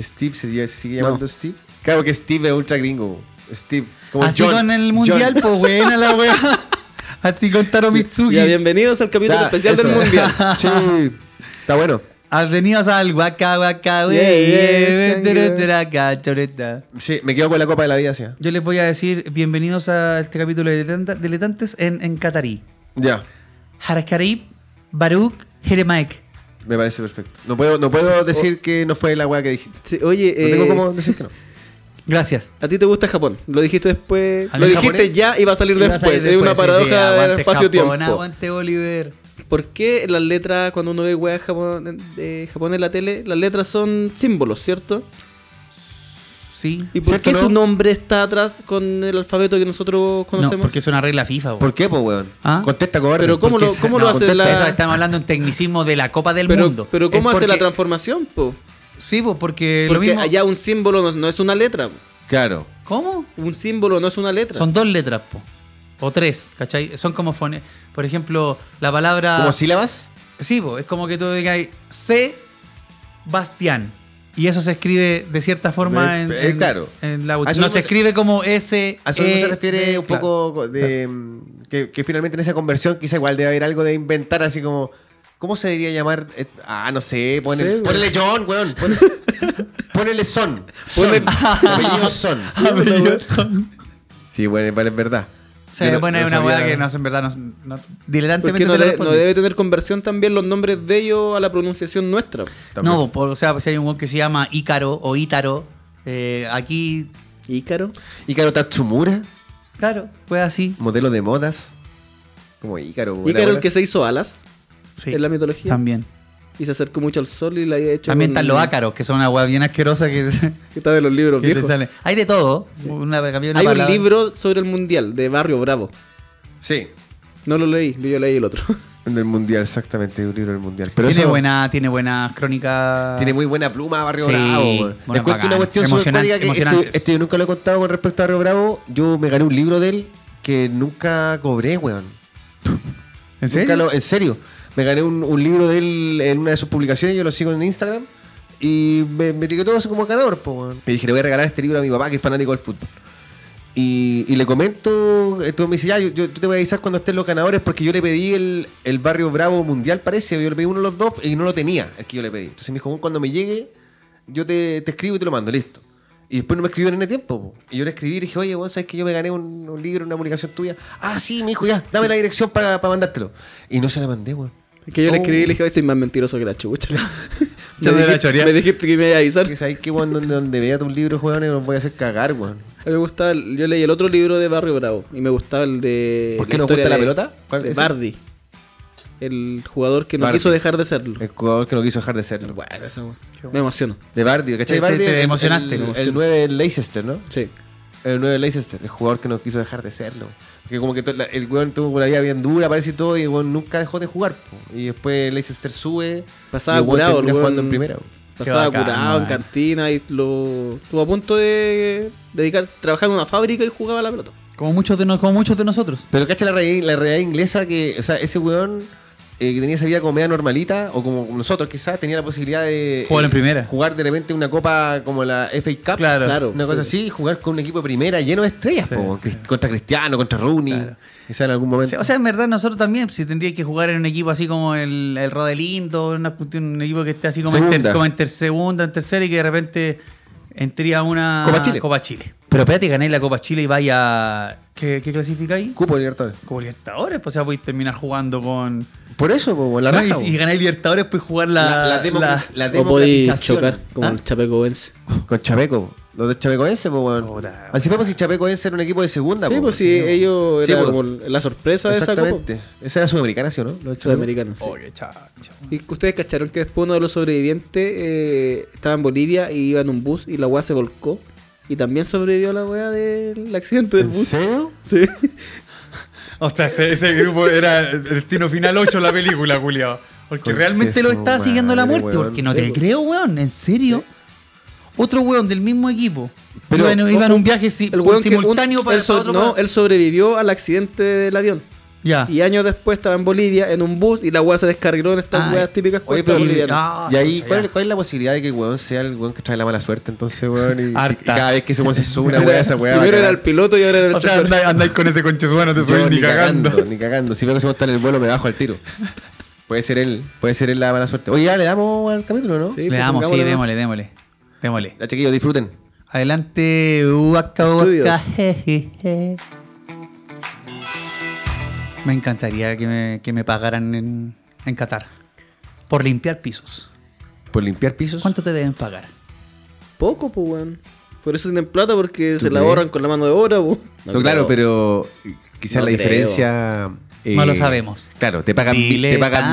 D: Steve se sigue, se sigue
B: No.
D: llamando Steve. Claro que Steve es ultra gringo. Steve. Como
A: Así
D: John,
A: con el mundial,
D: John.
A: pues buena la weá. Así con Taro Mitsuki.
B: Ya, bienvenidos al capítulo
D: Ya,
B: especial del
D: eso.
B: mundial.
D: sí, está bueno.
A: Bienvenidos al Waka Waka wey,
B: Yeah, yeah,
A: eh, tera,
B: yeah.
A: tera, cachoreta.
D: Sí, me quedo con la Copa de la Vida, sí.
A: Yo les voy a decir bienvenidos a este capítulo de Diletanta- Diletantes en, en Catarí.
D: Ya,
A: Harakarib, Baruch, Jeremaek.
D: me parece perfecto. No puedo, no
A: Oh.
D: puedo decir que no fue la weá que dijiste.
B: Sí, oye,
D: No tengo
B: eh,
D: cómo decir que no.
A: Gracias.
B: a ti te gusta Japón. Lo dijiste después.
A: ¿A
B: Lo
A: mí
B: dijiste
D: japonés?
B: ya y va a salir
A: Ibas
B: después.
A: a ir
B: es
A: después,
B: una
A: sí, sí,
B: paradoja
A: aguante
B: del espacio-tiempo.
A: Japón, Aguante Oliver.
B: ¿Por qué las letras, cuando uno ve weas Japón, eh, Japón en la tele, las letras son símbolos, ¿cierto?
A: sí.
B: ¿Y por
D: ¿Cierto,
B: qué
D: no?
B: su nombre está atrás con el alfabeto que nosotros
A: No,
B: conocemos?
A: porque es una regla FIFA. weón.
D: ¿Por qué, pues, weón?
A: ¿Ah?
D: Contesta, cobarde.
B: Pero ¿cómo
D: ¿Por qué
B: lo-
D: se-
B: cómo lo hace
A: contesta
B: la-
A: eso, estamos hablando de un tecnicismo de la Copa del
B: pero,
A: Mundo.
B: pero ¿cómo
A: Es
B: hace la
A: porque-
B: transformación, po?
A: Sí, pues porque,
B: Porque
A: lo mismo.
B: allá un símbolo no, no es una letra.
D: Claro.
A: ¿Cómo?
B: Un símbolo no es una letra.
A: Son dos letras, po. O tres, ¿cachai? Son como fone. Por ejemplo, la palabra.
D: ¿Como sílabas?
A: Sí, po, es como que tú digas C. Bastián. Y eso se escribe de cierta forma
D: Eh,
A: en,
D: eh,
A: en-
D: claro.
A: en la
D: A eso
A: No
D: no
A: se
D: se-
A: escribe como S.
D: A eso no
A: E,
D: se refiere
A: D,
D: un
A: claro.
D: poco de. mm, Que, que finalmente en esa conversión quizá igual debe haber algo de inventar, así como. ¿Cómo se diría llamar? Eh, Ah, no sé. pone-
B: Sí, weón.
D: ponele John, weón. pone- Ponele Son. Son.
B: Ponle-
D: Apellido Son.
A: Apellidos son.
D: Sí, bueno, igual es verdad.
A: Se
D: Yo
A: le
D: no-
A: pone
D: no
A: una
D: sabía-
A: weá que no, en verdad, no, no-
B: Porque
A: diletantemente
B: no,
A: te la
B: de-
A: responden.
B: no debe tener conversión también los nombres de ellos a la pronunciación nuestra.
D: También.
A: No, por- o sea, pues, si hay un weón que se llama Ícaro o Ítaro, eh, aquí,
B: Ícaro.
D: Ícaro Tatsumura,
A: claro, fue así.
D: modelo de modas. Como Ícaro. weón,
B: Ícaro el
D: abuelas.
B: que se hizo alas
A: Sí.
B: en la mitología.
A: También.
B: Y se acercó mucho al sol y la había hecho.
A: También
B: con-
A: están los ácaros, que son una weá bien asquerosa que,
B: Que está de los libros
A: que te
B: viejos.
A: sale. Hay de todo. Una, cambié una
B: Hay
A: palabra.
B: un libro sobre el mundial de Barrio Bravo.
D: Sí,
B: No lo leí, yo leí el otro.
D: en el mundial, exactamente, un libro del mundial. Pero
A: tiene
D: eso
A: buena, tiene buenas crónicas.
D: tiene muy buena pluma Barrio
A: Sí,
D: Bravo. weón.
A: bueno,
D: Les cuento
A: bacán.
D: una cuestión
A: Emocionante,
D: supercuática que
A: emocionante.
D: esto, esto yo nunca lo he contado con respecto a Barrio Bravo. Yo me gané un libro de él que nunca cobré, weón.
A: ¿En
D: Nunca
A: serio?
D: lo- en serio. Me gané un, un libro de él en una de sus publicaciones, yo lo sigo en Instagram. Y me, me etiquetó eso como ganador, po, weón. Y dije, le voy a regalar este libro a mi papá, que es fanático del fútbol. Y, y le comento, esto me dice, ya, yo, yo- tú te voy a avisar cuando estén los ganadores, porque yo le pedí el, el Barrio Bravo Mundial, parece, yo le pedí uno de los dos y no lo tenía, el que yo le pedí. Entonces me dijo, "Bueno, cuando me llegue, yo te, te escribo y te lo mando, listo. Y después no me escribió en ese tiempo. po. Y yo le escribí y le dije, oye, vos sabes que yo me gané un, un libro, una publicación tuya. Ah, sí, me dijo, ya, dame la dirección para mandártelo. Y no se la mandé, weón.
B: que yo le escribí y le dije, "Ay, soy más mentiroso que la chucha.
A: Yo de
B: me,
A: la
B: dijiste,
A: chorea.
B: me dijiste que me iba a avisar.
D: Porque sabéis que weón, donde, donde vea tus libros, weón, los voy a hacer cagar, weón.
B: A mí me gustaba, el- yo leí el otro libro de Barrio Bravo y me gustaba el de.
D: ¿Por qué nos
B: historia
D: gusta la
B: de-
D: pelota? ¿Cuál
B: de
D: es?
B: Bardi. El jugador que no
D: Bardi. Eh.
B: quiso dejar de serlo.
D: El jugador que no quiso dejar de serlo.
B: Bueno, esa wea. Me emociono.
D: De Bardi, ¿cachai?
A: Te-
D: Bardi,
A: te- te
D: el-
A: emocionaste,
D: El,
A: emoción.
D: 9 de Leicester, ¿no?
B: Sí.
D: El 9 de Leicester, el jugador que no quiso dejar de serlo. Que como que to- la- el weón tuvo una vida bien dura, parece y todo, y el weón nunca dejó de jugar. po. Y después Leicester sube.
B: Pasaba
D: y el weón
B: curado, el
D: termina
B: weón.
D: jugando en primera. po.
B: Pasaba
A: bacán,
B: curado en
A: man.
B: cantina y lo. Estuvo a punto de dedicarse, trabajar en una fábrica y jugaba a la pelota.
A: Como muchos de, no- como muchos de nosotros.
D: Pero cacha la realidad, la realidad inglesa que, o sea, ese weón eh, que tenía esa vida como media normalita, o como nosotros quizás, tenía la posibilidad de
A: Jugar en
D: eh,
A: primera.
D: Jugar de repente una copa como la FA Cup.
A: Claro.
B: Claro.
D: Una cosa así, y jugar con un equipo de primera lleno de estrellas, po, Crist- contra Cristiano, contra Rooney. Quizás en algún
A: Sí,
D: momento.
A: O sea, en verdad nosotros también, si tendría que jugar en un equipo así como el, el Rodelindo, una cuestión- un equipo que esté así como en, ter-
D: Segunda.
A: como en ter- segunda, en tercera y que de repente entría una
D: Copa Chile.
A: Chile. Pero espérate, ganáis la Copa Chile y vaya... ¿Qué, qué clasificáis?
D: Cupo de Libertadores.
A: Como Libertadores, pues o sea, podéis terminar jugando con...
D: Por eso, po, la
A: No,
D: raja, po.
A: y, y ganáis Libertadores, pues jugar la...
D: La- la demo-
A: la-
D: la
B: O podía
D: democratización.
B: chocar como
A: ¿Ah?
B: el chapecoense.
D: Con Chapeco. Los de Chapecoense, pues, weón.
A: Puta,
D: Así fue, pues, si Chapecoense era un equipo de segunda,
B: Sí,
D: po,
B: pues sí,
D: po.
B: ellos
D: Sí,
B: era
D: po.
B: como la sorpresa de esa copa.
D: Exactamente. Esa era sudamericana, ¿sí o no? Los de Chapeco.
B: Sudamericanos. sí.
A: Oh, qué chacho.
B: Y que ustedes cacharon que después uno de los sobrevivientes eh, estaba en Bolivia y iba en un bus y la weá se volcó. Y también sobrevivió la weá del accidente del
D: ¿En
B: bus.
D: serio?
B: Sí.
A: O sea, ese, ese grupo era el destino final 8 la película, culiao. Porque
D: Conche
A: realmente
D: su
A: lo estaba
D: madre,
A: siguiendo la muerte.
D: weón.
A: Porque no
D: Sí,
A: te
D: po.
A: creo, weón. ¿En serio? Otro weón del mismo equipo.
D: Pero-
A: Pero iban, iban un viaje si-
B: El weón que un-
A: simultáneo para,
B: él so-
A: para otro Ah.
B: No,
A: weón.
B: él sobrevivió al accidente del avión.
A: Ya.
B: Y años después estaba en Bolivia en un bus y la weá se descargó en estas
A: Ay.
B: weas típicas
D: Oye,
B: cuentas
D: pero. Y,
B: bolivianas.
A: Ah,
D: y ahí,
A: chucha,
D: ¿cuál,
A: ya.
D: cuál es la posibilidad de que el weón sea el weón que trae la mala suerte? Entonces, weón. Y, y- y
A: Harta.
D: cada vez que ese weón se sube una
B: Primero
D: weá,
B: era-
D: esa weá. va a
B: Primero era
D: cagar.
B: el piloto y ahora era el
A: O sea,
B: chofer.
A: andáis andáis con ese conchesuano, no te
D: Yo
A: subís ni cagando.
D: Ni cagando. Si veo que se monta en el vuelo, me bajo al tiro. Puede ser él. Puede ser él la mala suerte. Oye, ya le damos al capítulo, ¿no?
B: Sí,
A: Le
B: pues,
A: damos, sí,
B: pongámosle, ¿no?
A: démosle, démosle. Démosle.
D: Ya, chiquillos, disfruten.
A: Adelante, uaca, uaca,
B: Estudios.
A: jejeje. Me encantaría que me, que me pagaran en, en Qatar por limpiar pisos.
D: Por limpiar pisos.
A: ¿Cuánto te deben pagar?
B: Poco, pues weón. Por eso tienen plata porque se la
D: crees?
B: ahorran con la mano de obra, pues.
D: No, claro, pero eh, quizás
B: No
D: la
B: creo.
D: diferencia. eh,
A: No lo sabemos.
D: Claro, te pagan mil. Te pagan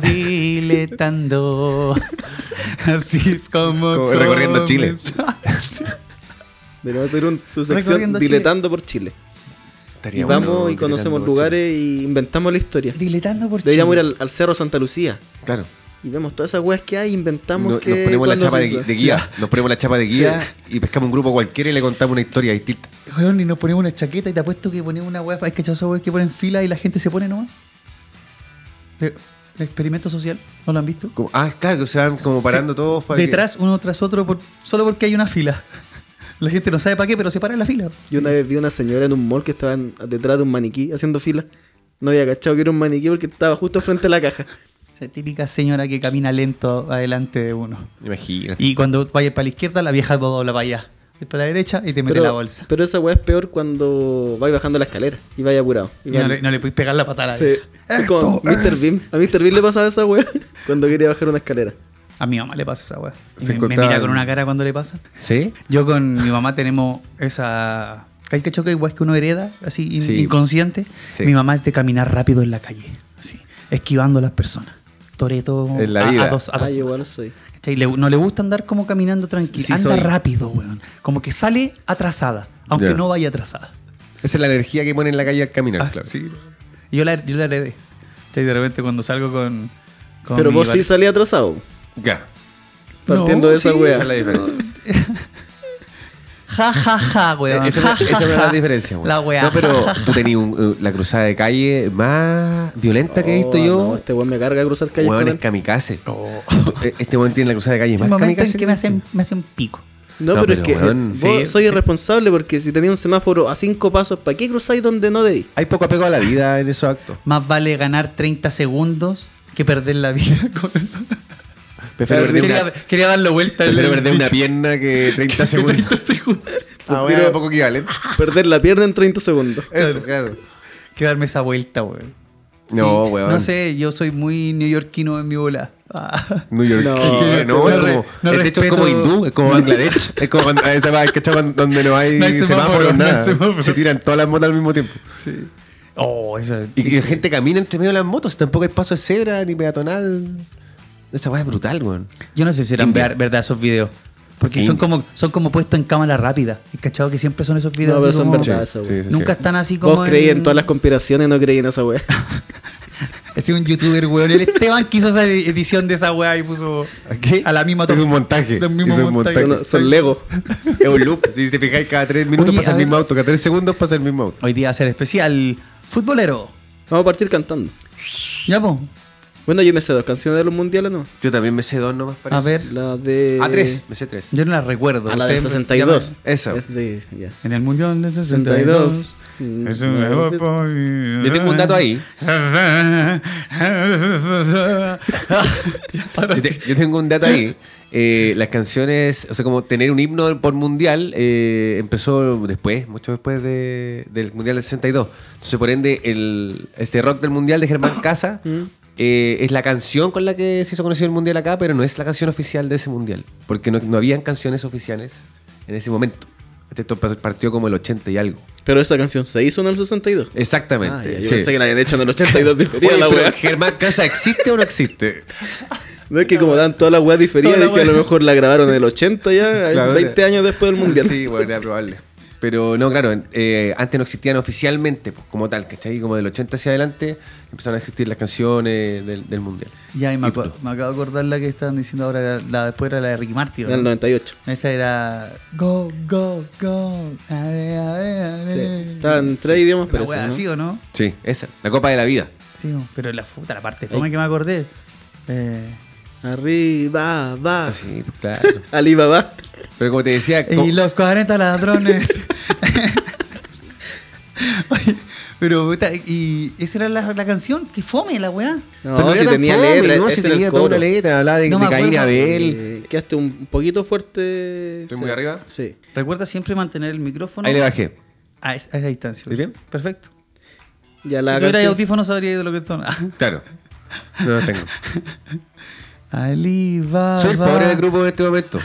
A: Diletando, diletando. Así es como.
D: Como recorriendo Chile.
A: comes-
B: Deberíamos hacer un- su sección
E: Recorriendo Chile.
B: Diletando por Chile.
D: Estaría
B: Y vamos
D: bueno,
B: y
D: diletando
B: conocemos
D: por
B: lugares y inventamos la historia.
E: Diletando por
B: Deberíamos ir al, al Cerro Santa Lucía
D: Chile. Claro.
B: y vemos todas esas weas que hay inventamos
D: No-
B: que.
D: nos ponemos la
B: cuando
D: chapa
B: se
D: de,
B: hizo.
D: gui- de guía. Nos ponemos la chapa de guía y pescamos un grupo cualquiera y le contamos una historia distinta.
E: Weón, y nos ponemos una chaqueta y te apuesto que ponemos una weá. ¿Has cachado esa weá que ponen fila y la gente se pone nomás? De- El experimento social, ¿no lo han visto?
D: Como- ah, claro, que se van como parando
E: Sí.
D: todos para que-
E: Detrás, uno tras otro, por, solo porque hay una fila. La gente no sabe para qué, pero se para en la fila.
B: Yo una vez vi una señora en un mall que estaba en- detrás de un maniquí haciendo fila. No había cachado que era un maniquí porque estaba justo frente a la caja.
E: Esa típica señora que camina lento adelante de uno.
D: Imagínate.
E: Y cuando vayas para la izquierda, la vieja dobla para allá. Y para la derecha y te mete
B: Pero,
E: la bolsa.
B: pero esa wea es peor cuando vais bajando la escalera y vais apurado.
E: Y
B: Y
E: no
B: vais-
E: le, no le podéis pegar la patada a la
B: Sí.
E: vieja.
B: Es como
E: Esto
B: Mr.
E: es-
B: Bean. A Mr. Bean le pasaba esa wea cuando quería bajar una escalera.
E: A mi mamá le pasa esa weá. Y
D: Se
E: Me, me
D: encontraban-
E: mira con una cara cuando le pasa.
D: ¿Sí?
E: Yo con mi mamá tenemos esa. ¿Hay que choque igual que uno hereda, así in-
D: Sí.
E: inconsciente?
D: Sí.
E: Mi mamá es de caminar rápido en la calle, así, esquivando a las personas. Toreto
D: En la
E: a- a,
D: vida.
E: dos. a dos.
B: Ah, yo igual soy.
E: ¿Cachai? Le- no le gusta andar como caminando tranquilo.
D: Sí,
E: Anda
D: soy.
E: rápido, weón. Como que sale atrasada, aunque
D: Ya.
E: no vaya atrasada.
D: Esa es la energía que pone en la calle al caminar.
E: Ah,
D: claro.
E: sí. Y Yo la, yo la heredé. ¿Cachai? De repente cuando salgo con. con
B: Pero
E: mi
B: vos sí
E: pare-
B: salí atrasado.
D: Claro.
B: Partiendo de esa
E: sí,
B: wea.
D: Esa es la diferencia.
E: Ja, ja, ja, weón.
D: Esa,
E: Ja,
D: es la-
E: ja,
D: esa es
E: ja.
D: la diferencia. güey.
E: La wea.
D: No, pero
E: ja, ja, ja.
D: tú tenías un- eh, la cruzada de calle más violenta que he visto
B: Oh,
D: yo.
B: no, este weón me carga a cruzar calles.
D: Weón
B: con
D: es
B: él.
D: kamikaze. Eh, Este weón tiene la cruzada de calle
E: Hay
D: más
E: momentos en
D: kamikaze.
E: que me hacen, me hacen pico.
B: No,
D: No,
B: pero,
D: pero
B: es que eh,
D: weón,
B: vos
E: sí,
B: soy
E: sí.
B: irresponsable porque si tenía un semáforo a cinco pasos, ¿para qué cruzáis donde no debí?
D: Hay poco apego a la vida en esos actos.
E: Más vale ganar 30 segundos que perder la vida. con-
D: Prefiero perder
E: quería,
D: una,
E: quería darle vuelta. al-
D: prefiero perder una
E: bicho.
D: pierna que 30
E: Que
D: segundos.
E: 30 segundos.
D: Ah, bueno,
B: Prefiero-
D: poco equivalente.
B: Perder la pierna en 30 segundos.
D: Eso, claro.
E: Que darme esa vuelta, weón.
D: No,
E: Sí,
D: oh, weón.
E: No sé, yo soy muy neoyorquino en mi bola. Ah.
D: New York.
B: No,
D: No,
E: no
D: es
E: re-
D: como,
E: no
D: de hecho es
E: respeto-
D: como hindú, es como Bangladesh. es como ban- esa va- ¿cachai? Cuando- donde no hay,
E: No hay
D: semáforos,
E: semáforo, no hay
D: nada.
E: semáforo.
D: Se tiran todas las motos al mismo tiempo.
E: Sí. Oh, esa.
D: Y, y la gente camina entre medio de las motos. Tampoco hay paso de cebra ni peatonal. Esa weá es brutal, weón.
E: Yo no sé si eran ver- verdad esos videos. Porque son
D: India.
E: como, son como puestos en cámara rápida. ¿Y cachado que siempre son esos videos?
B: No, pero
E: así
B: son
E: como-
B: verdad esa wea.
D: sí, sí.
E: Nunca están así como.
B: Vos creí en... todas las conspiraciones, no creí en esa wea.
E: Es un youtuber, weón. El Esteban quiso esa edi- edición de esa weá y puso
D: ¿A qué?
E: a la misma
D: Es un montaje.
E: Del mismo
D: Es un
E: montaje.
D: montaje.
B: Son, son Lego.
D: Es un loop. Si te fijáis, cada tres minutos
E: Oye,
D: pasa
E: a
D: el
E: ver.
D: mismo auto. Cada tres segundos pasa el mismo auto.
E: Hoy día va a ser especial. Futbolero.
B: Vamos a partir cantando.
E: Ya, po.
B: Bueno, yo me sé dos canciones de los mundiales, ¿no?
D: Yo también me sé dos nomás.
E: A ver, Eh.
B: La de.
D: A tres. Me sé tres.
E: yo no la recuerdo.
B: A la del
E: Ustedes-
B: 62.
D: Esa.
B: Es- sí, ya.
E: En el Mundial del
B: 62.
E: 62. Es un nuevo país.
D: Yo tengo un dato ahí.
E: Ahora
D: Yo, te-
E: sí.
D: yo tengo un dato ahí. Eh, las canciones, o sea, como tener un himno por mundial eh, empezó después, mucho después de- del mundial del 62. Entonces, por ende, el, este rock del mundial de Germán Casa
E: Mm.
D: eh, es la canción con la que se hizo conocido el mundial acá, pero no es la canción oficial de ese mundial, porque no, no habían canciones oficiales en ese momento. Este, Esto partió como el 80 y algo.
B: Pero esa canción se hizo en el 62.
D: Exactamente.
B: Ah, ya, yo
D: sí.
B: pensé que la habían hecho en el 82 diferida
D: Oye,
B: la
D: pero
B: wea.
D: Germán Casa existe o no existe?
B: No es que como dan todas las weas diferidas
E: Toda la
B: y que a
E: wea.
B: lo mejor la grabaron en el 80 ya,
D: Claro,
B: 20
D: era-
B: años después del mundial.
D: Sí, bueno, era probable. Pero no, claro, eh, antes no existían oficialmente, pues, como tal, ¿cachai? Como del 80 hacia adelante empezaron a existir las canciones del, del mundial.
E: Ya, y me, acu- me acabo de acordar la que estaban diciendo ahora, era la, después era la de Ricky Martin.
B: En el
E: ¿no?
B: 98.
E: Esa era. Go, go, go. are, are, are.
B: Sí. Estaban en tres idiomas,
E: Una
B: pero
E: wea
B: esa, ¿no?
E: así, ¿o no?
D: Sí, esa, la Copa de la Vida.
E: Sí, pero la puta, la parte fome que me acordé. Eh,
B: Arriba, va.
D: Sí, pues, claro.
B: Alibaba.
D: Pero como te decía, co-
E: y los 40 ladrones. Oye, pero, puta, y esa era la, la canción. Que fome la weá.
B: No,
D: pero no
B: si
D: era tan
B: tenía
D: fome,
B: letra,
D: no,
B: ese
D: si
B: era el
D: tenía toda
B: coro.
D: una letra, hablaba de,
E: No
D: de
E: me
D: Caín y
E: acuerdo.
D: Abel.
B: Eh, quedaste un poquito fuerte.
D: ¿Estoy muy arriba?
B: Sí.
E: Recuerda siempre mantener el micrófono
D: Ahí le bajé.
E: a, es- a esa distancia.
D: ¿Sí bien?
E: Perfecto.
B: Ya
E: Si
B: la
E: tuviera
B: canción-
E: audífonos sabría de lo que están.
D: Claro. No lo tengo.
E: Ali Baba.
D: Soy el pobre del grupo en este momento.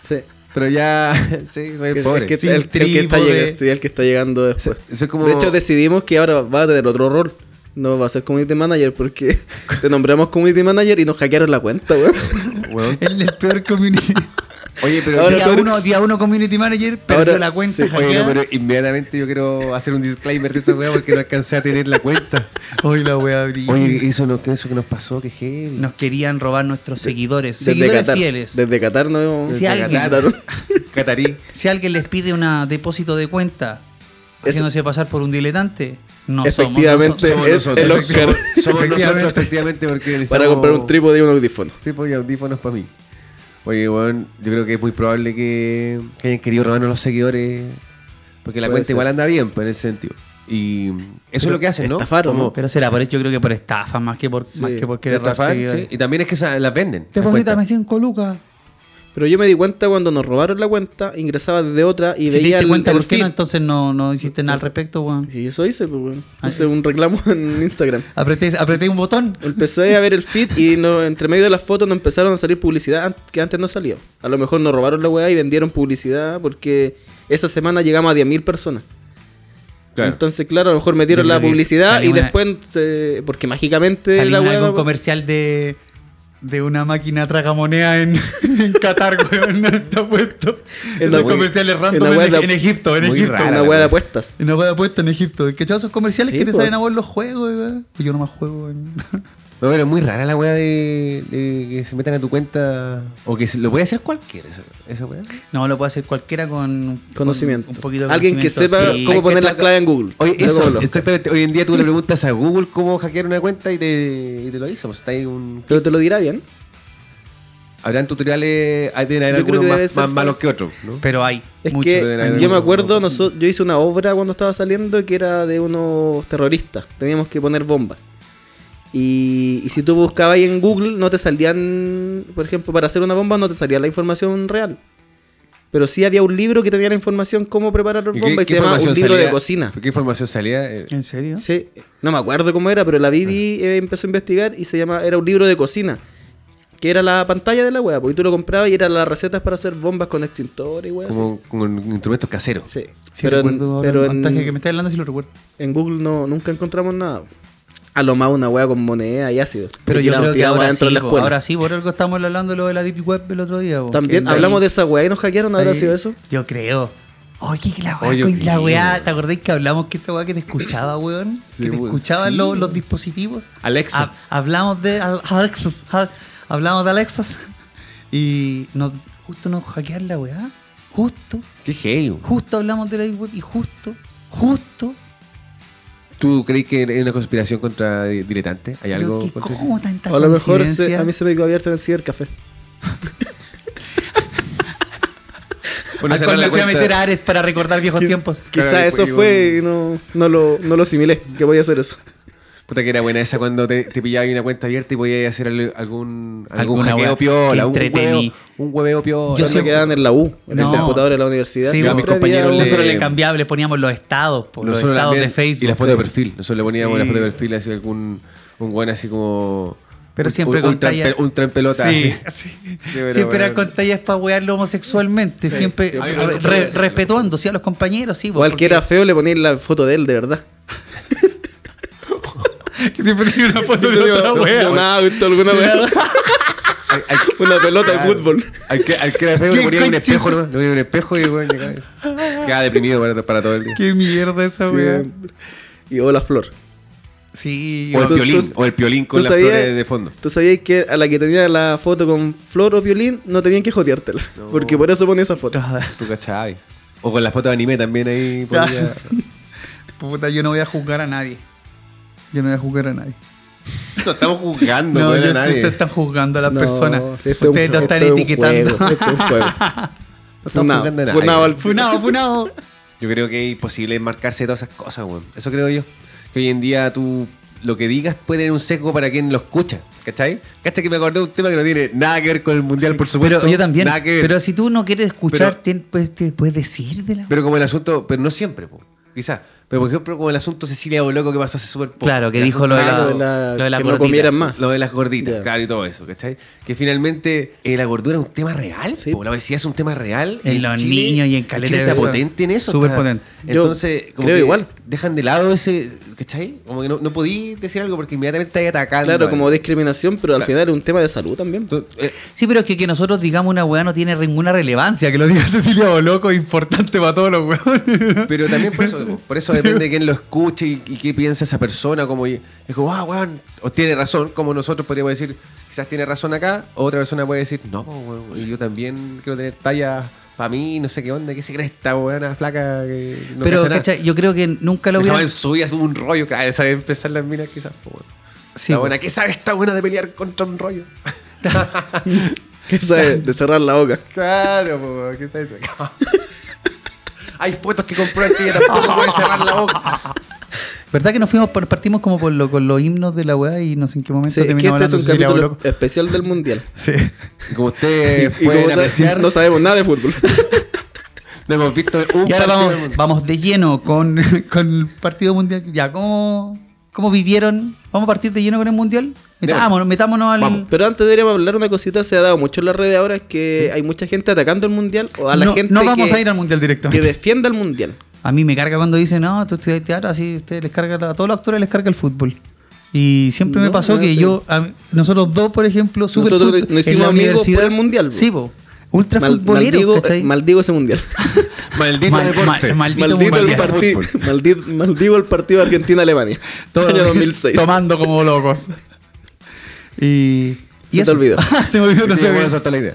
B: Sí.
D: Pero ya, sí, soy el
B: Es-
D: pobre.
B: es que
E: sin
B: el, el que está
E: trípode.
B: llegando, sí, el que está llegando después.
D: So- soy como-
B: De hecho, decidimos que ahora va a tener otro rol. No va a ser community manager porque te nombramos community manager y nos hackearon la cuenta, weón.
D: Weón.
E: El, el peor community.
D: Oye, pero.
B: Ahora
E: día,
B: tú eres-
E: uno, día uno community manager, perdió
B: Ahora-
E: la cuenta.
B: sí.
E: hackeada.
D: Oye, no, pero inmediatamente yo quiero hacer un disclaimer de esa weá porque no alcancé a tener la cuenta.
E: Hoy la voy a abrir.
D: Oye, eso, no, eso que nos pasó, que heavy.
E: Nos querían robar nuestros seguidores,
B: Desde
E: seguidores
B: Qatar.
E: fieles.
B: Desde Qatar no vemos.
E: Si alguien-
D: Catarí.
E: Si alguien les pide un depósito de cuenta
B: Es-
E: haciéndose pasar por un diletante, no somos.
B: Efectivamente.
E: no somos-
B: Es el Oscar.
D: Somos, somos nosotros,
E: Efectivamente.
D: efectivamente, porque
B: Para
D: necesitamos-
B: comprar un trípode y un audífono.
D: Tipo y audífonos para mí. Oye, weón, yo creo que es muy probable que, que hayan querido robarnos los seguidores. Porque la
B: Puede
D: cuenta
B: ser.
D: igual anda bien, pues, en ese sentido. Y eso es lo que hacen, ¿no?
B: estafaron,
D: Como-
B: ¿no?
E: Pero será por yo creo que por estafa más que por, más que por
D: Te
E: querer robar
D: estafan,
E: seguidores.
D: sí. Y también es que esas las venden. las
E: Deposítame
D: cuentas.
E: 5 lucas.
B: Pero yo me di cuenta cuando nos robaron la cuenta, ingresaba desde otra y
E: Si te
B: veía
E: diste
B: el,
E: cuenta
B: el
E: por qué
B: feed.
E: no, entonces no, no hiciste nada al respecto, weón.
B: Sí, eso hice, pues, weón.
E: Ah, eh.
B: Puse un reclamo en Instagram.
E: Apreté, apreté un botón.
B: Empecé a ver el feed y no, entre medio de las fotos nos empezaron a salir publicidad an- que antes no salía. A lo mejor nos robaron la weá y vendieron publicidad porque esa semana llegamos a 10.000 personas.
D: Claro.
B: Entonces, claro, a lo mejor metieron
E: Yo
B: la
E: creo que
B: publicidad
E: salió
B: y
E: una-
B: después, eh, porque mágicamente
E: Salí
B: la
E: en
B: weá...
E: algún comercial de, de una máquina tragamoneda en, en Qatar, weón. Está puesto.
B: En la
E: Esos
B: wea-
E: comerciales
B: en
E: random
B: la wea
E: en,
B: de-
E: en Egipto, en
D: muy
E: Egipto.
D: rara
B: una
D: la
B: weá de
D: weá.
B: apuestas.
E: En la wea de apuesta en Egipto. ¿Qué esos comerciales
B: Sí,
E: que te
B: po.
E: salen a vos en los juegos, weón? Pues Yo no más juego, weón.
D: No, pero es muy rara la weá de, de que se metan a tu cuenta. O que se- lo puede hacer cualquiera, esa, esa weá.
E: No, lo puede hacer cualquiera con
B: Conocimiento.
E: con un poquito de
B: Alguien que
E: conocimiento,
B: sepa
E: sí.
B: cómo
D: Hay
B: poner
D: que
B: las
D: tra-
B: claves en Google.
D: Oye,
B: No como
D: eso,
B: los-
D: exactamente. Hoy en día tú le preguntas a Google cómo hackear una cuenta y te, y te lo dice. Pues está ahí un
B: Pero te lo dirá bien.
D: Habrán tutoriales, ahí tienen
B: Yo creo
D: algunos
B: que
D: más,
B: debe ser
D: más malos
B: falso.
D: que otros, ¿no?
E: Pero hay.
B: Es
E: muchos.
B: que
D: deben haber
B: yo me
D: muchos.
B: acuerdo, noso- yo hice una obra cuando estaba saliendo que era de unos terroristas. Teníamos que poner bombas. Y, y si tú buscabas ahí en Google, no te salían, por ejemplo, para hacer una bomba, no te salía la información real. Pero sí había un libro que tenía la información cómo preparar
D: ¿Y
B: bomba y, se llamaba
D: información
B: Un libro
D: salía-
B: de cocina.
D: ¿Qué información salía? Eh,
E: ¿En serio?
B: Sí, no me acuerdo cómo era, pero la Bibi
E: Ah.
B: eh, empezó a investigar y se llama, era un libro de cocina. Que era la pantalla de la wea, porque tú lo comprabas y eran las recetas para hacer bombas con extintor y wea. así.
D: Como con instrumentos caseros.
B: Sí,
E: Sí,
B: pero, en,
E: recuerdo ahora
B: pero
E: el
B: en-
E: montaje que me estás hablando, sí lo recuerdo.
B: en Google no, nunca encontramos nada. A lo más una hueá con moneda y ácido.
E: Pero yo
B: Tiramos-
E: creo que
B: tiramos
E: ahora sí,
B: adentro de la
E: po,
B: escuela.
E: ahora sí, por algo estamos hablando lo de la Deep Web el otro día. po.
B: También
E: Que
B: hablamos
E: ahí-
B: de esa hueá y nos hackearon, ¿habrá
E: ahí-
B: sido eso?
E: Yo creo. Oye, que la weá,
D: Oye,
E: con la
D: creo.
E: weá, ¿te acordáis que hablamos que esta weá que te escuchaba, weón?
D: Sí,
E: que te
D: pues,
E: escuchaban
D: sí.
E: los, los dispositivos.
D: Alexa.
B: Ah.
E: Ha- hablamos de al- Alexas. ha- hablamos de Alexas. Y nos, justo nos hackearon la weá. Justo.
D: Qué geo.
E: Justo hablamos de la Deep Web y justo. Justo.
D: ¿Tú crees que es una conspiración contra di- diletante? ¿Hay algo?
E: Pero que
D: contra-
E: ¿Cómo tanta
B: O a lo mejor se-
E: coincidencia?
B: a mí se me quedó abierto en el cibercafé. Ah,
D: Bueno,
E: Al
D: cerrar
E: cual
D: la
E: me fui a
D: cuenta.
E: meter a Ares para recordar viejos tiempos.
B: Quizá
D: Claro, y-
B: eso
D: y un-
B: fue y no, no, lo, no lo asimilé, que podía hacer eso.
D: Puta que era buena esa cuando te, te pillaba ahí una cuenta abierta y podías hacer al- algún, algún
E: Alguna
D: hackeo
E: wea.
D: piola,
E: Qué
D: un hueveo,
E: entretení.
D: un hueveo piola.
B: Yo
E: Yo
B: se
E: siempre-
B: quedaban en la U, en
E: No.
B: el computador de la universidad.
E: Sí,
D: a
B: siempre
D: mis compañeros
B: había
D: les-
E: Nosotros
B: un-
E: le cambiamos, le poníamos los estados, po, los
D: Nosotros
E: estados
D: también-
E: de Facebook.
D: Y la foto
E: sí.
D: de perfil. Nosotros le poníamos
E: Sí.
D: la foto de perfil así algún un buen así como.
E: Pero
D: un-
E: siempre
D: un,
E: con
D: un, tren
E: talla-
D: pe- un tren pelota
E: Sí,
D: así.
E: sí.
D: pero
E: siempre
D: bueno.
E: era con tallas para wearlo homosexualmente, siempre,
B: siempre.
E: re-
D: Hay una
E: re-
D: cosa-
E: respetuando sí, a los compañeros, sí. po,
B: Igual que era feo, le ponían la foto de él, de verdad.
E: porque siempre tenía una foto de otra
B: No,
E: wea.
B: no, nada, alguna wea.
D: Al- al-
B: Una pelota de
D: Claro.
B: fútbol.
D: Al que, al que era feo le
E: ¿Qué
D: ponía un
E: conches?
D: espejo, ¿no? Le ponía un espejo y bueno, llegaba- quedaba deprimido para, para todo el día.
E: Qué mierda esa wea.
B: Siempre. Y hola flor.
D: O
E: Sí,
D: el
E: yo-
B: Entonces,
D: piolín, o el piolín con
B: ¿tú
D: las
B: sabías-
D: flores de fondo.
B: Tú sabías que a la que tenía la foto con flor o violín no tenían que joteártela. Porque por eso pone esa foto.
D: Tú cachabas. O con las fotos de anime también ahí. ponía-
E: Claro. puta, yo no voy a juzgar a nadie. Yo no voy a juzgar a nadie.
D: No estamos juzgando,
E: No,
D: no,
E: yo-
D: a nadie.
E: ustedes están juzgando a las
B: No,
E: personas.
B: si esto es
E: ustedes
B: un-
E: no están
B: esto es un
E: etiquetando.
B: juego, esto es un juego.
D: No estamos
B: Funado,
D: juzgando a nadie.
B: funado al-
E: funado, funado.
D: Yo creo que es imposible enmarcarse de todas esas cosas, weón. Eso creo yo. Que hoy en día tú lo que digas puede tener un sesgo para quien lo escucha. ¿Cachai? ¿Cachai que me acordé de un tema que no tiene nada que ver con el mundial,
E: Sí,
D: por supuesto?
E: Pero yo también.
D: Nada que ver.
E: Pero si tú no quieres escuchar,
D: Pero-
E: tien- pues, te puedes decir de la
D: Pero como el asunto, pero no siempre, po, quizás. Pero por ejemplo, como el asunto Cecilia Boloco que pasó hace súper poco.
E: Claro, que
D: El
E: dijo
D: asunto-
E: lo de
D: Ah,
E: la-
B: la-
E: lo de la
B: que no
E: gordita.
B: comieran más.
D: Lo de las gorditas,
B: Ya.
D: claro, y todo eso, ¿cachai? Que finalmente eh, la gordura es un tema real,
B: Sí.
D: po, la obesidad es un tema real.
E: En
D: y
E: los niños y en caleta
D: Chile
E: de
D: está
E: personas.
D: potente en eso.
E: Súper
D: está-
E: potente.
B: Yo
D: Entonces, como
B: creo
D: que
B: igual.
D: dejan de lado ese, ¿cachai? Como que no, no podí decir algo porque inmediatamente estáis atacando.
B: Claro,
D: algo.
B: como discriminación, pero al
D: Claro.
B: final es un tema de salud también.
D: Entonces, eh,
E: Sí, pero es que, que nosotros digamos una weá no tiene ninguna relevancia. Que lo diga Cecilia Boloco es importante para todos los weones.
D: Pero también por eso, por eso depende de quién lo escuche y, y qué piensa esa persona. Como, y- es como, ah, weón, o tiene razón, como nosotros podríamos decir, quizás tiene razón acá, o otra persona puede decir, no, po, weón, yo también quiero tener talla para mí, no sé qué onda, qué se cree esta weona flaca que no
E: pero,
D: cacha nada".
E: ¿cachai? Yo creo que nunca lo
D: Dejaba
E: hubiera.
D: en su vida, tuvo un rollo, claro, sabe empezar las minas quizás, po, weón.
E: Sí,
D: La
E: po.
D: buena, ¿qué sabe esta buena de pelear contra un rollo?
B: ¿Qué sabes? De cerrar la boca.
D: Claro, po, weón, ¿qué sabe eso? Hay fotos que comprueban que ella tampoco puede cerrar la boca.
E: ¿Verdad que nos fuimos por- partimos como por lo- con los himnos de la weá y no sé en qué momento
B: Sí, es que
E: terminamos
B: este es un
E: hablando de Cecilia
B: capítulo
E: Boloco?
B: especial del mundial.
E: Sí.
D: Como
B: Y- y
D: ustedes
E: Eh,
B: como
D: pueden
B: sabe-
D: apreciar,
B: no sabemos nada de fútbol.
D: no hemos visto un
E: Y ahora
D: partido
E: vamos,
D: del mundo.
E: vamos de lleno con, con el partido mundial. Ya, ¿cómo, ¿cómo vivieron? ¿Vamos a partir de lleno con el mundial? Metámonos, metámonos al.
D: Vamos.
B: Pero antes deberíamos hablar una cosita, se ha dado mucho en las redes ahora, es que hay mucha gente atacando el mundial o a la
E: no,
B: gente
E: no vamos
B: que,
E: a ir al mundial
B: que
E: directamente.
B: defienda el mundial.
E: A mí me carga cuando dicen, no, tú estudias teatro, así ustedes les carga, la- a todos los actores les carga el fútbol. Y siempre me
B: No,
E: pasó
B: no
E: que
B: sé.
E: yo, a mí- nosotros dos, por ejemplo, super
B: Nosotros
E: fut-
B: nos hicimos amigos por el mundial, po.
E: Sí, po. Ultra
B: Mal-
E: futbolero,
B: maldigo,
E: ¿cachai?
B: eh, maldigo ese mundial.
D: Maldito
E: Mal-
D: deporte.
E: mal- maldito
B: Maldito el
E: mundial.
B: partido. Maldi- maldigo el partido de Argentina-Alemania.
E: Todo-
B: año 2006.
E: Tomando como locos. Y. y
B: Se te
E: eso.
B: olvidó.
E: Ah, se me olvidó, no
D: Sí,
E: sé.
D: bueno, esa está la idea.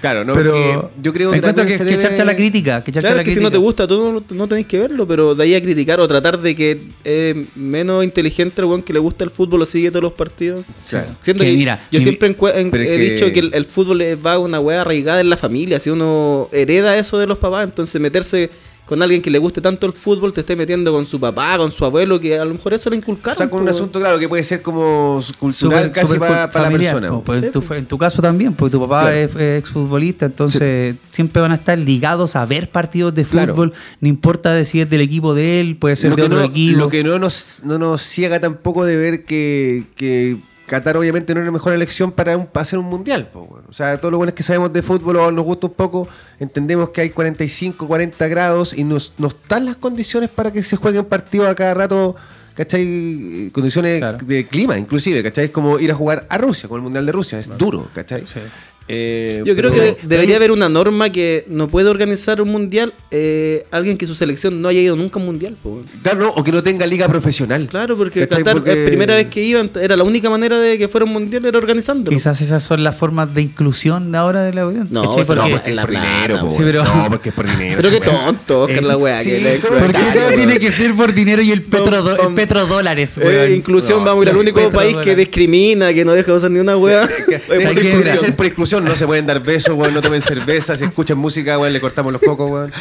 D: Claro, no,
E: pero
D: porque yo creo que
E: encuentro
D: también
E: que,
D: se
E: que
D: debe-
E: charcha la crítica. Que charcha
B: Claro,
E: la
B: es que si
E: crítica.
B: no te gusta, tú no, no tenés que verlo, pero de ahí a criticar o tratar de que eh, menos inteligente el weón que le gusta el fútbol o sigue todos los partidos.
D: Claro.
B: Siento
E: Que
B: que
E: mira,
B: yo
E: mi-
B: siempre encue- en-
D: Pero es
B: he
D: que-
B: dicho que el, el fútbol es- va a una weá arraigada en la familia, si uno hereda eso de los papás, entonces meterse con alguien que le guste tanto el fútbol, te esté metiendo con su papá, con su abuelo, que a lo mejor eso le
D: O
B: inculcaron.
D: sea, con un
B: po.
D: asunto, claro, que puede ser como cultural
E: Súper-
D: casi
E: súper
D: para, para la
E: familiar,
D: persona.
E: po, pues,
B: Sí,
E: en, tu,
B: po.
E: en tu caso también, porque tu papá
D: Claro.
E: es, es exfutbolista, entonces siempre van a estar ligados a ver partidos de
D: Claro.
E: fútbol, no importa de si es del equipo de él, puede ser
D: Lo
E: de
D: que,
E: otro
D: no,
E: equipo.
D: lo que no nos, no nos ciega tampoco de ver que, que Qatar obviamente no es la mejor elección para, un, para hacer un mundial. po, weón. O sea, todos los buenos que sabemos de fútbol o nos gusta un poco, entendemos que hay 45, 40 grados y nos, nos dan las condiciones para que se jueguen partidos a cada rato. ¿Cachai? Condiciones
E: Claro.
D: de clima, inclusive, ¿cachai? Es como ir a jugar a Rusia, con el Mundial de Rusia, es duro, ¿cachai?
E: Sí.
D: Eh,
B: Yo creo
D: pero-
B: que de- debería haber una norma que no puede organizar un mundial eh, alguien que su selección no haya ido nunca a un mundial. po.
D: Claro, no, o que no tenga liga profesional.
B: Claro, porque
D: ¿Cachai?
B: Qatar,
D: Porque-
B: la primera vez que iban, era la única manera de que fuera un mundial era organizándolo.
E: Quizás esas son las formas de inclusión de ahora de la audiencia.
B: No,
E: ¿cachai?
B: eso
E: Porque-
B: no,
D: porque
B: en
D: es
B: la
D: por
B: plata,
D: dinero, po,
E: sí, pero-
D: No, porque es por dinero.
B: Pero qué
D: esa weá.
B: tonto, Oscar,
D: Eh,
B: la weá.
D: sí,
B: que la
D: ¿cómo
E: ¿Por qué
D: Claro,
E: todo
D: weón.
E: tiene que ser por dinero y el, petro,
B: Vamos, vamos.
E: petrodólares,
B: Eh,
E: weón?
B: inclusión,
D: No,
B: vamos,
D: sí,
B: el único
E: petrodólar.
B: país que discrimina, que no deja de usar ni una weá.
D: Es
E: Hay
D: por
E: que-
D: inclusión, es por exclusión, no se pueden dar besos, weón, no tomen cerveza, si escuchan música, weón, le cortamos los cocos, weón.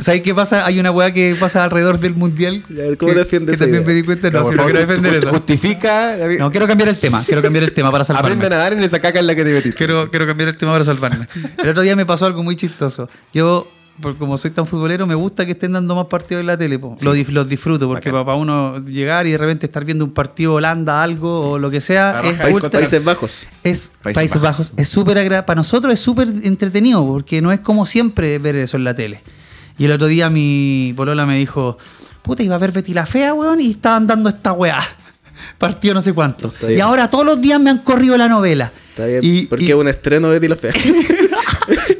E: ¿Sabes qué pasa? Hay una weá que pasa alrededor del mundial.
B: Y a ver, ¿cómo
E: que,
B: defiende
E: que
B: esa
E: también
B: idea?
E: me di cuenta, no,
D: por
E: si no
D: favor,
E: quiero defender
D: just-
E: eso.
D: Justifica, David.
E: No, quiero cambiar el tema, quiero cambiar el tema para salvarme.
D: aprende a nadar en esa caca en la que te metiste.
E: Quiero, quiero cambiar el tema para salvarme. El otro día me pasó algo muy chistoso. Yo, por, como soy tan futbolero, me gusta que estén dando más partidos en la tele. po. Lo dif- los disfruto, porque para uno llegar y de repente estar viendo un partido Holanda, algo o lo que sea,
D: La
E: es
D: raja de
E: ultra-
B: Países Bajos.
E: es
D: Países
E: Países, Bajos.
D: Bajos.
E: Es súper agra- Para nosotros es súper entretenido, porque no es como siempre ver eso en la tele. Y el otro día mi polola me dijo, puta, iba a ver Betty la Fea, weón, y estaban dando esta weá. Partido no sé cuánto.
B: Está
E: y
B: bien.
E: ahora todos los días me han corrido la novela.
B: Está bien.
E: Y-
B: porque
E: y-
B: es un estreno de Tila Fea.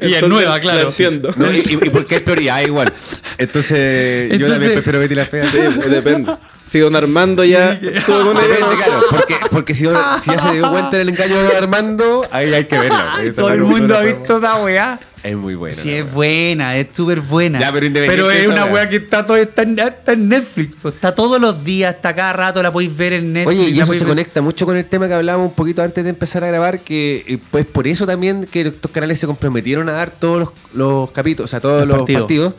E: es nueva, claro.
B: Lo entiendo.
D: No, y, y- y porque es prioridad igual. Entonces, yo
E: Entonces-
D: también prefiero Betty la fea.
B: Sí, depende. Si Don Armando ya tuvo alguna idea.
D: Depende, claro, porque, porque si, no- si ya se dio cuenta del engaño de Armando, ahí hay que verla. weón. Esa
E: Todo el
D: weá no-
E: mundo
D: no
E: ha
D: la-
E: visto esa weá.
D: Es muy buena.
E: Sí,
D: la
E: es
D: weá.
E: buena, es súper buena.
D: Ya, pero independiente
E: es
D: de esa
E: una
D: weá.
E: weá que está, todo, está, en, está en Netflix. pues, Está todos los días, está cada rato, la podéis ver en Netflix.
D: Oye, y
E: la
D: eso
E: podéis
D: se
E: ver-
D: conecta mucho con el tema que hablábamos un poquito antes de empezar a grabar, que eh, pues por eso también que estos canales se comprometieron a dar todos los, los capítulos, o sea, todos
E: Los
D: los,
E: partidos.
D: partidos.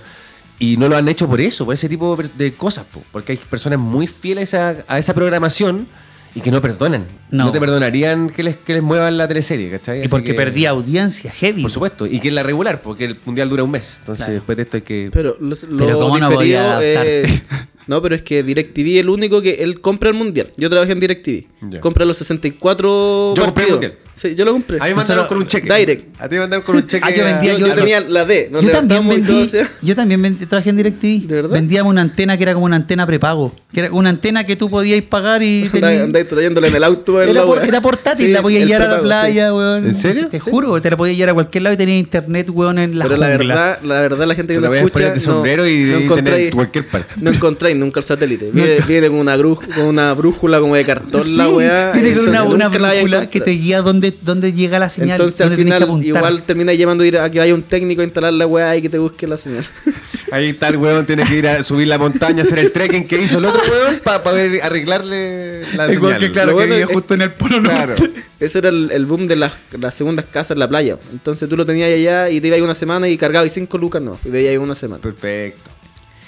D: y no lo han hecho por eso, por ese tipo de- de cosas, po, porque hay personas muy fieles a, a esa programación y que no perdonan.
E: No.
D: No, te perdonarían que les, que les muevan la teleserie, ¿cachai?
E: Y
D: Así
E: porque
D: que-
E: perdí audiencia heavy. pues.
D: Por supuesto, y que es la regular, porque el mundial dura un mes, entonces
E: Claro.
D: después de esto hay que...
B: Pero lo, lo
E: Pero cómo no voy a
B: diferido es-
E: adaptarte.
B: No, pero es que DirecTV es el único que él compra el mundial. Yo trabajé en DirecTV.
D: Ya.
B: Compra los 64
D: Yo compré el
B: partidos.
D: mundial.
B: Sí, yo lo compré.
D: A mí me
B: Nosotros-
D: mandaron con un cheque.
B: Direct.
D: A ti me mandaron con un cheque.
E: Ah, yo vendía-
B: Yo, yo
E: Ya,
B: tenía la D. nos
E: yo, también
B: levantamos y todo
E: vendí,
B: hacía-
E: yo también vendí- trabajé en DirecTV.
B: ¿De verdad?
E: Vendíamos una antena que era como una antena prepago. Que era una antena que tú podías pagar y.
B: Andáis
E: tenías-
B: andáis trayéndola en el auto. en
E: Era,
B: la
E: por-
B: wea.
E: era portátil,
B: Sí,
E: la podías
B: el
E: llevar a la
B: prepago,
E: playa,
B: sí.
E: weón.
D: ¿En serio?
E: Te juro, te la podías llevar a cualquier lado y tenías internet, weón, en la
B: Pero la
E: jungla.
B: verdad, la verdad, la gente que
D: Te la
B: no
D: voy a
B: escucha.
D: poner de sombrero
B: no,
D: y de
B: no
D: ahí tener
B: encontráis,
D: en cualquier parte.
B: no encontráis nunca el satélite. Viene, viene con, una gru- con una brújula como de cartón la
E: Sí,
B: weá.
E: tiene
B: eso,
E: que una, una
B: nunca la vais a
E: brújula que te
B: encontrar.
E: guía dónde, dónde llega la señal,
B: Entonces al
E: dónde tenés que
B: final
E: apuntar.
B: igual termina llevando a ir a que vaya un técnico a instalar la weá y que te busque la señal.
D: Ahí tal weón tiene que ir a subir la montaña, hacer el trekking que hizo el otro weón para poder arreglarle la señal.
E: Igual que claro,
B: Lo bueno
E: que vive
B: es-
E: justo en el polo
D: Claro.
E: norte.
B: Ese era el, el boom de las, las segundas casas en la playa. Entonces tú lo tenías allá y te ibas una semana y cargabas cinco lucas, no. Y veías una semana.
D: Perfecto.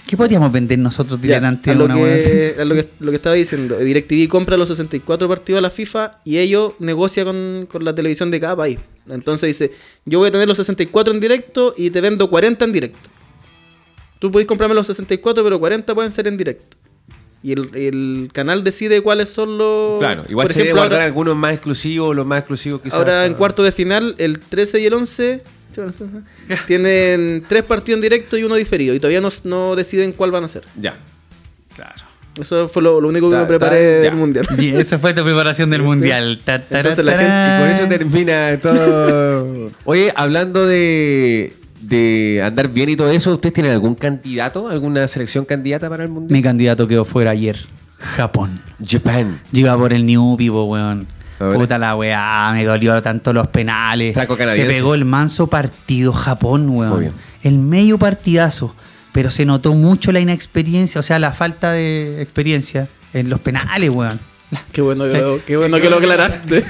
E: ¿Qué podríamos vender nosotros
B: Ya,
E: delante
B: a
E: de
B: lo,
E: una weá así?
B: que, a lo que lo que estaba diciendo, DirecTV compra los 64 partidos a la FIFA y ellos negocia con, con la televisión de cada país. Entonces dice, yo voy a tener los 64 en directo y te vendo 40 en directo. Tú podés comprarme los 64, pero 40 pueden ser en directo. Y el, el canal decide cuáles son los...
D: Claro, igual
B: Por
D: se debe
B: ejemplo,
D: guardar
B: ahora-
D: algunos más exclusivos, los más exclusivos quizás. pues.
B: Ahora en
D: para-
B: cuarto de final, el 13 y el 11 tienen tres partidos en directo y uno diferido. Y todavía no, no deciden cuál van a ser.
D: Ya.
B: Eso fue lo, lo único que
D: Ta-
B: me preparé
D: ta-
B: del
D: ya.
B: mundial.
E: Y esa fue tu preparación del mundial. Ta, ta,
B: Entonces la
E: ta,
B: gente-
D: Y
E: ta.
D: con eso termina todo. Oye, hablando de, de andar bien y todo eso, ¿ustedes tienen algún candidato, alguna selección candidata para el mundial?
E: Mi candidato quedó fuera ayer. Japón.
D: Japan.
E: Yo iba por el New Pipo, weón.
D: A ver.
E: Puta la weá, me dolió tanto los penales. Se
D: Franco-canadiense.
E: pegó el manso partido Japón, weón.
D: Muy bien.
E: El medio partidazo. Pero se notó mucho la inexperiencia, o sea, la falta de experiencia en los penales, weón.
B: Qué bueno, que
E: Sí.
B: lo- qué bueno que lo aclaraste.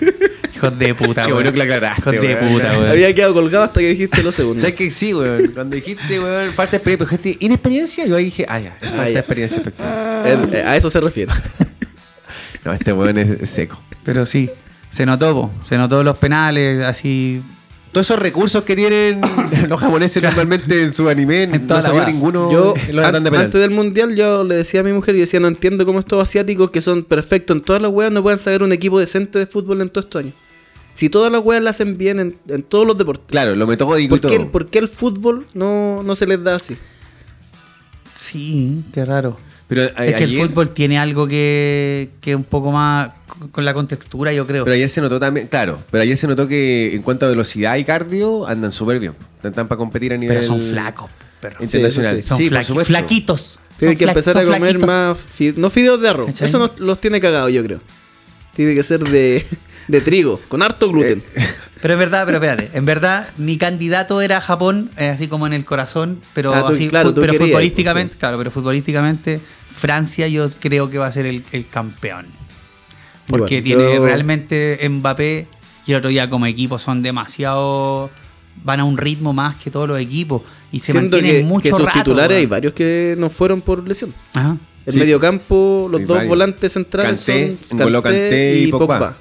E: Hijos de puta,
D: Qué
E: weón.
D: bueno que la aclaraste,
E: Hijos de
D: weón.
E: puta, weón.
B: Había quedado colgado hasta que dijiste lo segundo.
D: ¿Sabes que sí, weón? Cuando dijiste, weón, falta de experiencia, pero dijiste inexperiencia, yo ahí dije, ah, ya, es falta
B: Ah,
D: de
B: ya.
D: experiencia efectiva.
B: El- eh, a eso se refiere.
D: No, este weón es es seco.
E: Pero sí, se notó, po. se notó los penales, así.
D: Todos esos recursos que tienen los japoneses normalmente en su anime, no
E: toda la
D: salió
E: weá.
D: ninguno
B: Yo,
D: en los
B: an-
D: andan de penal.
B: antes del mundial, yo le decía a mi mujer y decía: No entiendo cómo estos asiáticos que son perfectos en todas las weas no pueden sacar un equipo decente de fútbol en todos estos años. Si todas las weas las hacen bien en, en todos los deportes,
D: Claro, lo metódico y
B: ¿por qué, el-
D: todo.
B: por qué el fútbol no, no se les da así?
E: Sí, qué raro.
D: Pero a-
E: es que
D: ayer-
E: el fútbol tiene algo que, que un poco más con- con la contextura, yo creo.
D: Pero ayer se notó también, claro, pero ayer se notó que en cuanto a velocidad y cardio andan súper bien. Están para competir a nivel.
E: Pero son flacos, perro.
D: Internacional.
B: Sí,
E: Son
D: Sí, por
E: flaqui-
D: supuesto.
E: flaquitos.
B: Tiene
E: Son
B: que
E: fla-
B: empezar a
E: son
B: comer
E: flaquitos.
B: más. fi- no fideos de arroz.
E: ¿Cachai?
B: Eso no- los tiene cagados, yo creo. Tiene que ser de, de trigo, con harto gluten.
E: Eh, Pero es verdad, pero espérate. En verdad, mi candidato era Japón, eh, así como en el corazón, pero
B: Ah, tú-
E: así,
B: claro,
E: fu-
B: tú
E: pero
B: querías,
E: futbolísticamente, claro, pero futbolísticamente, Francia yo creo que va a ser el, el campeón. Porque
B: Igual,
E: tiene
B: yo-
E: realmente Mbappé y el otro día como equipo son demasiado. van a un ritmo más que todos los equipos. Y se
B: Siento
E: mantienen
B: que,
E: mucho
B: que sus
E: rato,
B: titulares
E: weón.
B: hay varios que no fueron por lesión.
E: Ajá.
B: El
D: Sí.
B: mediocampo, los
D: Hay
B: dos
D: varios.
B: volantes centrales
D: Kanté,
B: son
D: N'Golo Kanté y Pogba.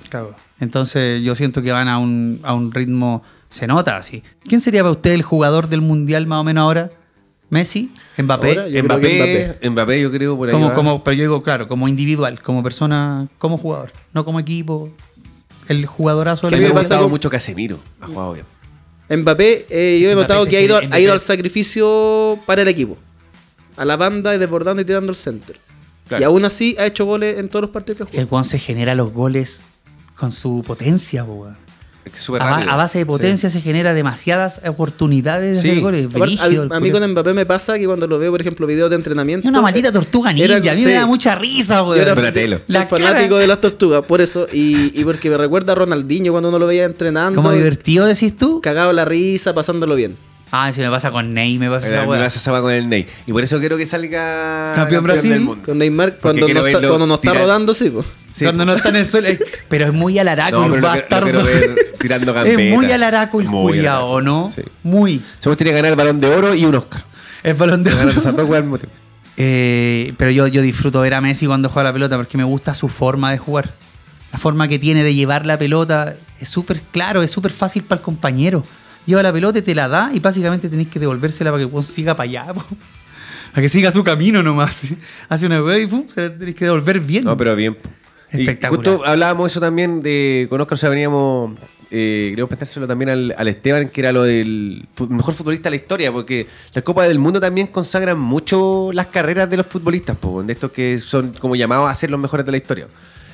E: Entonces yo siento que van a un, a un ritmo, se nota así. ¿Quién sería para usted el jugador del Mundial más o menos ahora? ¿Messi? ¿Mbappé?
B: Ahora, yo creo que
D: Mbappé,
B: Mbappé.
D: Mbappé, yo creo por ahí.
E: como,
D: va.
E: como, pero yo digo, claro, como individual, como persona, como jugador, no como equipo. El jugadorazo
D: Que a
E: del
D: mí me ha
B: pasa
D: gustado
B: con-
D: mucho Casemiro. Ha jugado bien.
B: Mbappé, eh, yo he
E: Mbappé
B: notado
E: se
B: que ha ido,
E: quiere-
B: ha ido
E: Mbappé-
B: al sacrificio para el equipo. A la banda y desbordando y tirando el centro.
D: Claro.
B: Y aún así ha hecho goles en todos los partidos que ha
E: El
B: jugado.
E: Juan se genera los goles con su potencia, po, weón.
D: Es que es súper
E: a, ba-
D: rápido.
E: a base de potencia se genera demasiadas oportunidades de
D: Sí.
E: hacer goles.
B: Aparte,
E: Brígido el
B: a, a mí
E: culiao.
B: con Mbappé me pasa que cuando lo veo, por ejemplo, videos de entrenamiento.
E: Es una maldita tortuga ninja.
B: Era-
E: a mí me
B: sí.
E: da mucha risa,
B: Yo era
E: weón.
D: Pero Donatello.
B: soy
E: La cara-
B: fanático de las tortugas, por eso. Y, y porque me recuerda a Ronaldinho cuando uno lo veía entrenando.
E: Como divertido decís tú.
B: Cagado la risa, pasándolo bien.
E: Ah, si me pasa con Ney, me pasa
D: Sí. Eh,
E: esa
D: me
E: weá.
D: vas a salvar con el Ney. Y por eso quiero que salga.
E: Campeón Brasil.
D: del mundo.
B: Con Neymar, cuando
D: quiero
B: no, está,
D: verlo
B: cuando no está
D: tirar.
B: rodando, sí, po.
D: Sí.
E: Cuando no está en el suelo. eh, Pero es muy alaraco
D: No,
E: el
D: pero lo quiero-
E: bastardo.
D: lo quiero ver tirando
E: Es
D: gambeta.
E: muy alaraco el
D: Muy
E: culiao,
D: alaraco,
E: ¿o no?
D: sí.
E: Muy.
D: Somos tiene que ganar el balón de oro y un Oscar.
E: Es balón de
D: Ganar
E: oro.
D: esas dos weas al mismo tiempo.
E: Eh, pero yo, yo disfruto ver a Messi cuando juega la pelota porque me gusta su forma de jugar. La forma que tiene de llevar la pelota es súper claro, es súper fácil para el compañero. Lleva la pelota y te la da y básicamente tenés que devolvérsela para que el weón siga para allá. po. a que siga su camino nomás. Hace una wea y pum, se la tenés que devolver bien.
D: No, pero bien. po. Y
E: Espectacular.
D: justo hablábamos eso también de. Con Oscar, o sea, veníamos. Eh, queríamos pensárselo también al, al Esteban, que era lo del fu- mejor futbolista de la historia, porque las Copas del Mundo también consagran mucho las carreras de los futbolistas, po, de estos que son como llamados a ser los mejores de la historia.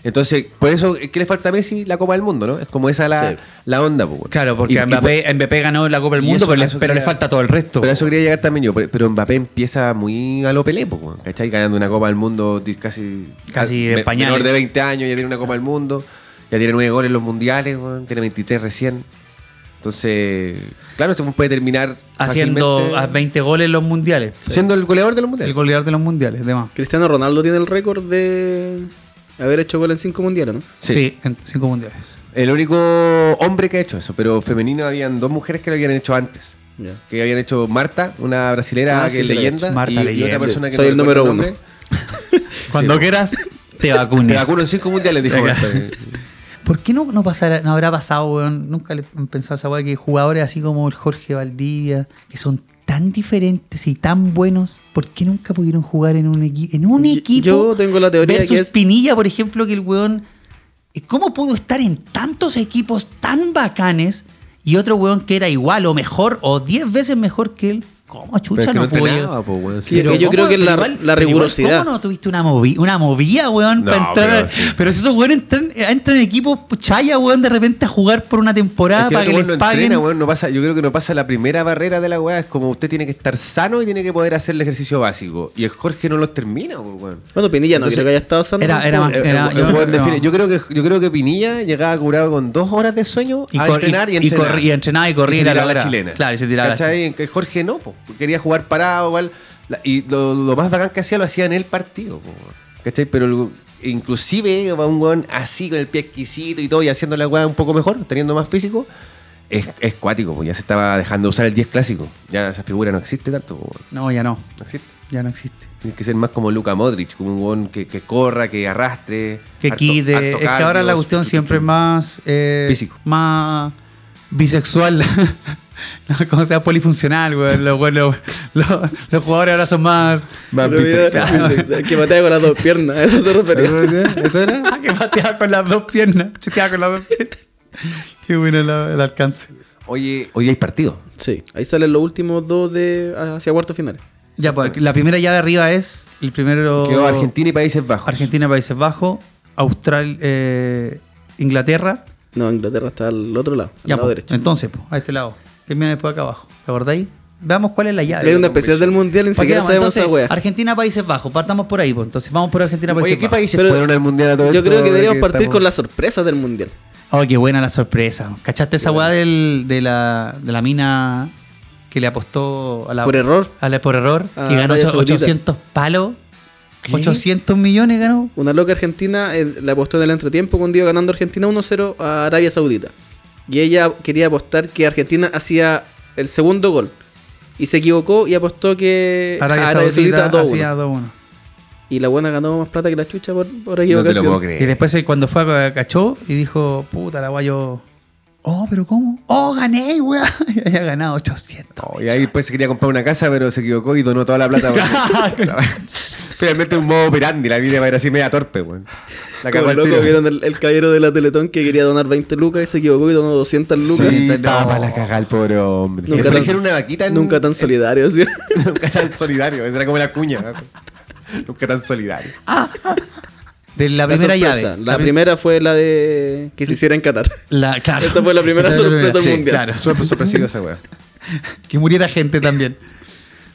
D: Entonces, por eso, ¿qué le falta a Messi? La Copa del Mundo, ¿no? Es como esa la,
B: Sí.
D: la onda, po.
E: Claro, porque
D: Y- y-
E: Mbappé, Mbappé ganó la Copa del
D: y
E: Mundo,
D: eso-
E: pero, le,
D: eso
E: pero le
D: quería-
E: falta todo el resto.
D: Pero a eso quería llegar también yo. Pero- Pero Mbappé empieza muy a lo Pelé, po, weón, ¿cachai? Ganando una Copa del Mundo di- casi...
E: Casi
D: me-
E: en pañales.
D: Menor de 20 años, ya tiene una Copa del Mundo. Ya tiene 9 goles en los mundiales, weón, tiene 23 recién. Entonces, claro, esto puede terminar
E: haciendo
D: fácilmente
E: a 20 goles en los mundiales.
D: siendo el goleador de los mundiales.
E: El goleador de los mundiales, demás.
B: Cristiano Ronaldo tiene el récord de haber hecho gol en cinco mundiales, ¿no?
D: Sí.
E: Sí, en cinco mundiales.
D: El único hombre que ha hecho eso, pero femenino habían dos mujeres que lo habían hecho antes.
B: Ya.
D: Que habían hecho Marta, una
B: Ah,
D: brasilera que
B: sí,
D: es
B: sí, la he
D: leyenda,
E: hecho. Marta
D: y, y
E: leyenda.
D: otra persona que
B: Soy el número
D: recuerdo
B: uno.
D: nombre.
E: Cuando quieras, te vacunas.
D: Te vacuno en cinco mundiales, dijo Marta.
E: ¿Por qué no, no, pasará- no habrá pasado, weón? Nunca le han pensado esa weá que jugadores así como el Jorge Valdivia, que son tan diferentes y tan buenos, ¿por qué nunca pudieron jugar en un, equi- en un
B: Yo-
E: equipo?
B: yo tengo la teoría
E: versus
B: que es-
E: Pinilla, por ejemplo, que el weón. eh, ¿Cómo pudo estar en tantos equipos tan bacanes y otro weón que era igual o mejor o 10 veces mejor que él? ¿Cómo
D: Pero
E: chucha
D: es que
E: no,
D: no
E: pudo?
D: entrenaba, po, weón.
B: Sí, yo creo que la- la
E: pero
B: rigurosidad.
E: ¿Cómo no tuviste una, movi- una movida, weón,
D: No,
E: para entrar?
D: pero
E: a-
D: sí.
E: Pero si esos weones entran, eh, entran en equipos chaya, weón, de repente a jugar por una temporada
D: Es que el
E: para que
D: otro
E: les
D: weón no
E: paguen.
D: entrena, weón, no pasa, yo creo que no pasa la primera barrera de la weá. Es como usted tiene que estar sano y tiene que poder hacer el ejercicio básico. Y el Jorge no los termina, po, weón.
B: Bueno, Pinilla no
D: Entonces,
B: creo que haya estado sano.
E: era- era más-
D: Eh, eh,
E: Era-
D: el
E: yo
D: weón
E: creo que
D: define-
E: no.
D: yo, creo que, yo creo que Pinilla llegaba curado con dos horas de sueño
E: Y
D: a
E: cor-
D: entrenar y,
E: y- y
D: entrenar.
E: corri- y entrenaba y corría
D: se
E: y la
D: tiraba la
E: lograba.
D: chilena.
E: Claro, y se tiraba la
D: ¿Cachai? En que Jorge no, po, quería jugar parado, igual. La- Y lo, lo más bacán que hacía lo hacía en el partido, po, ¿cachai? Pero el- inclusive va un weón así con el pie exquisito y todo y haciendo la weá un poco mejor, teniendo más físico. Es, es cuático, po, ya se estaba dejando de usar el 10 clásico. Ya esa figura no existe tanto, po,
E: No, ya no.
D: no existe.
E: Ya no existe.
D: Tiene que ser más como Luka Modric, como un weón que, que corra, que arrastre.
E: Que
D: harto-
E: quite.
D: harto
E: es que ahora
D: cardio,
E: la cuestión
D: su-
E: siempre es más. eh,
D: Físico.
E: Más bisexual. No, como sea polifuncional, weón. Los, weón- los- los- los jugadores ahora son más.
D: Más
B: Pero mira,
D: bisexual.
B: Que matea con las dos piernas, a eso se refería.
D: ¿Eso era?
E: Ah, que pateaba con las dos piernas. Chuteaba con las dos piernas. Qué bueno la- el alcance.
D: Oye, hoy hay partido.
B: Sí, ahí salen los últimos dos de hacia cuartos finales.
E: Ya, pues, la primera llave arriba es. El primero.
D: Quedó Argentina y Países Bajos.
E: Oh. Argentina, Países Bajos, Austral, eh, Inglaterra.
B: No, Inglaterra está al otro lado, al
E: Ya,
B: lado
E: po.
B: derecho.
E: Entonces, po, a este lado. Que mira después acá abajo. ¿Te acordáis? Veamos cuál es la llave.
B: Hay una especial del mundial, ni
E: Pa' que
B: siquiera
E: vamos,
B: sabemos
E: Entonces,
B: esa wea.
E: Argentina, Países Bajos. Partamos por ahí, po. Entonces, vamos por Argentina, Países
D: Oye, ¿qué
E: Bajos.
D: países
B: Pero
D: fueron al mundial a todo
B: Yo
D: esto?
B: creo que deberíamos partir
D: estamos-
B: con las sorpresas del mundial.
E: Oh, qué buena la sorpresa. ¿Cachaste esa weá del- de, la, de la mina que le apostó a la,
B: Por error.
E: A la, por error
B: A
E: y ganó
B: Arabia
E: ocho-
B: Saudita.
E: 800 palos.
D: ¿Qué?
E: 800 millones ganó.
B: Una loca argentina eh, la apostó en el entretiempo cuando iba ganando Argentina 1-0 a Arabia Saudita. Y ella quería apostar que Argentina hacía el segundo gol. Y se equivocó y apostó que
E: Arabia,
B: a
E: Saudita,
B: Eh, dos
E: hacía 2-1.
B: Y la buena ganó más plata que la chucha por, por
D: No te lo
B: equivocación.
D: puedo
E: Y
D: creer.
E: después eh, cuando fue eh, cachó y dijo, puta la guayo. Oh, pero ¿cómo? Oh, gané, weá. Y había ganado 800.
D: Oh, y ahí después se quería comprar una casa, pero se equivocó y donó toda la plata. weón. Finalmente un modo operandi, la vida era así media torpe, weón. La
B: Como el
D: cagó al
B: loco
D: tiro.
B: vieron el, el caballero de la Teletón que quería donar 20 lucas y se equivocó y donó 200 lucas.
D: Sí,
E: no.
D: estaba para la cagada el pobre hombre.
B: Nunca
D: Después
B: tan-
D: hicieron una vaquita en-
B: Nunca tan solidario, ¿sí?
D: Nunca tan solidario, esa era como la cuña. ¿no? Nunca tan solidario.
E: Ah. De la primera
B: sorpresa.
E: llave.
B: La
E: prim-
B: primera fue la de que se hiciera en Qatar.
E: la- claro.
B: Esa fue la primera
E: Esa fue la
B: sorpresa del
E: primera,
B: mundial.
E: Claro.
D: Sorpre- sorpresivo esa weá.
E: Que muriera gente también.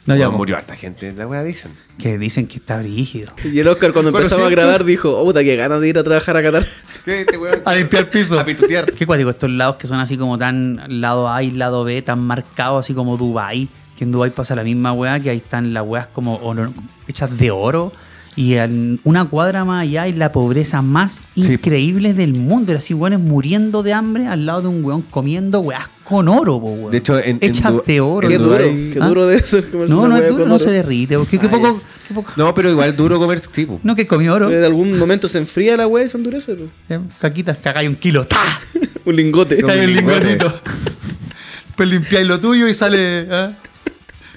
E: No, ya,
D: Weón, Oh, murió harta gente, la weá dicen.
E: Que dicen que está brígido.
B: Y el Oscar cuando
D: Bueno,
B: empezamos a
D: siento-
B: grabar dijo, oh, puta, que ganas de ir a trabajar a Qatar.
D: ¿Qué, este weón?
E: A limpiar piso.
D: A pitutear.
E: Qué cuático, estos lados que son así como tan lado A y lado B, tan marcados, así como Dubai que en Dubai pasa la misma weá, que ahí están las weas como oro- hechas de oro. Y en una cuadra más allá hay la pobreza más
D: Sí.
E: increíble del mundo. Era así, weones muriendo de hambre al lado de un weón comiendo weas con oro, po, weón.
D: De hecho, en- en
E: Hechas
D: Du-
E: de oro.
D: en
B: Qué
E: weón.
B: duro,
D: Dubái-
B: qué
E: ¿Ah?
B: duro de ser comerse
E: No,
B: una
E: no es
B: hueá
E: duro,
B: con
E: no
B: oro.
E: se derrite. porque qué poco, qué poco- No.
D: No, pero igual duro comer, sí, po.
E: que comió oro.
B: En algún momento se enfría la weá y se endurece. po.
E: Eh, Caquitas, cagáis un kilo. ¡Ta!
B: Un lingote.
D: Como
E: Cae el
D: un
E: lingotito. Pues limpiáis lo tuyo y sale. ¿ah?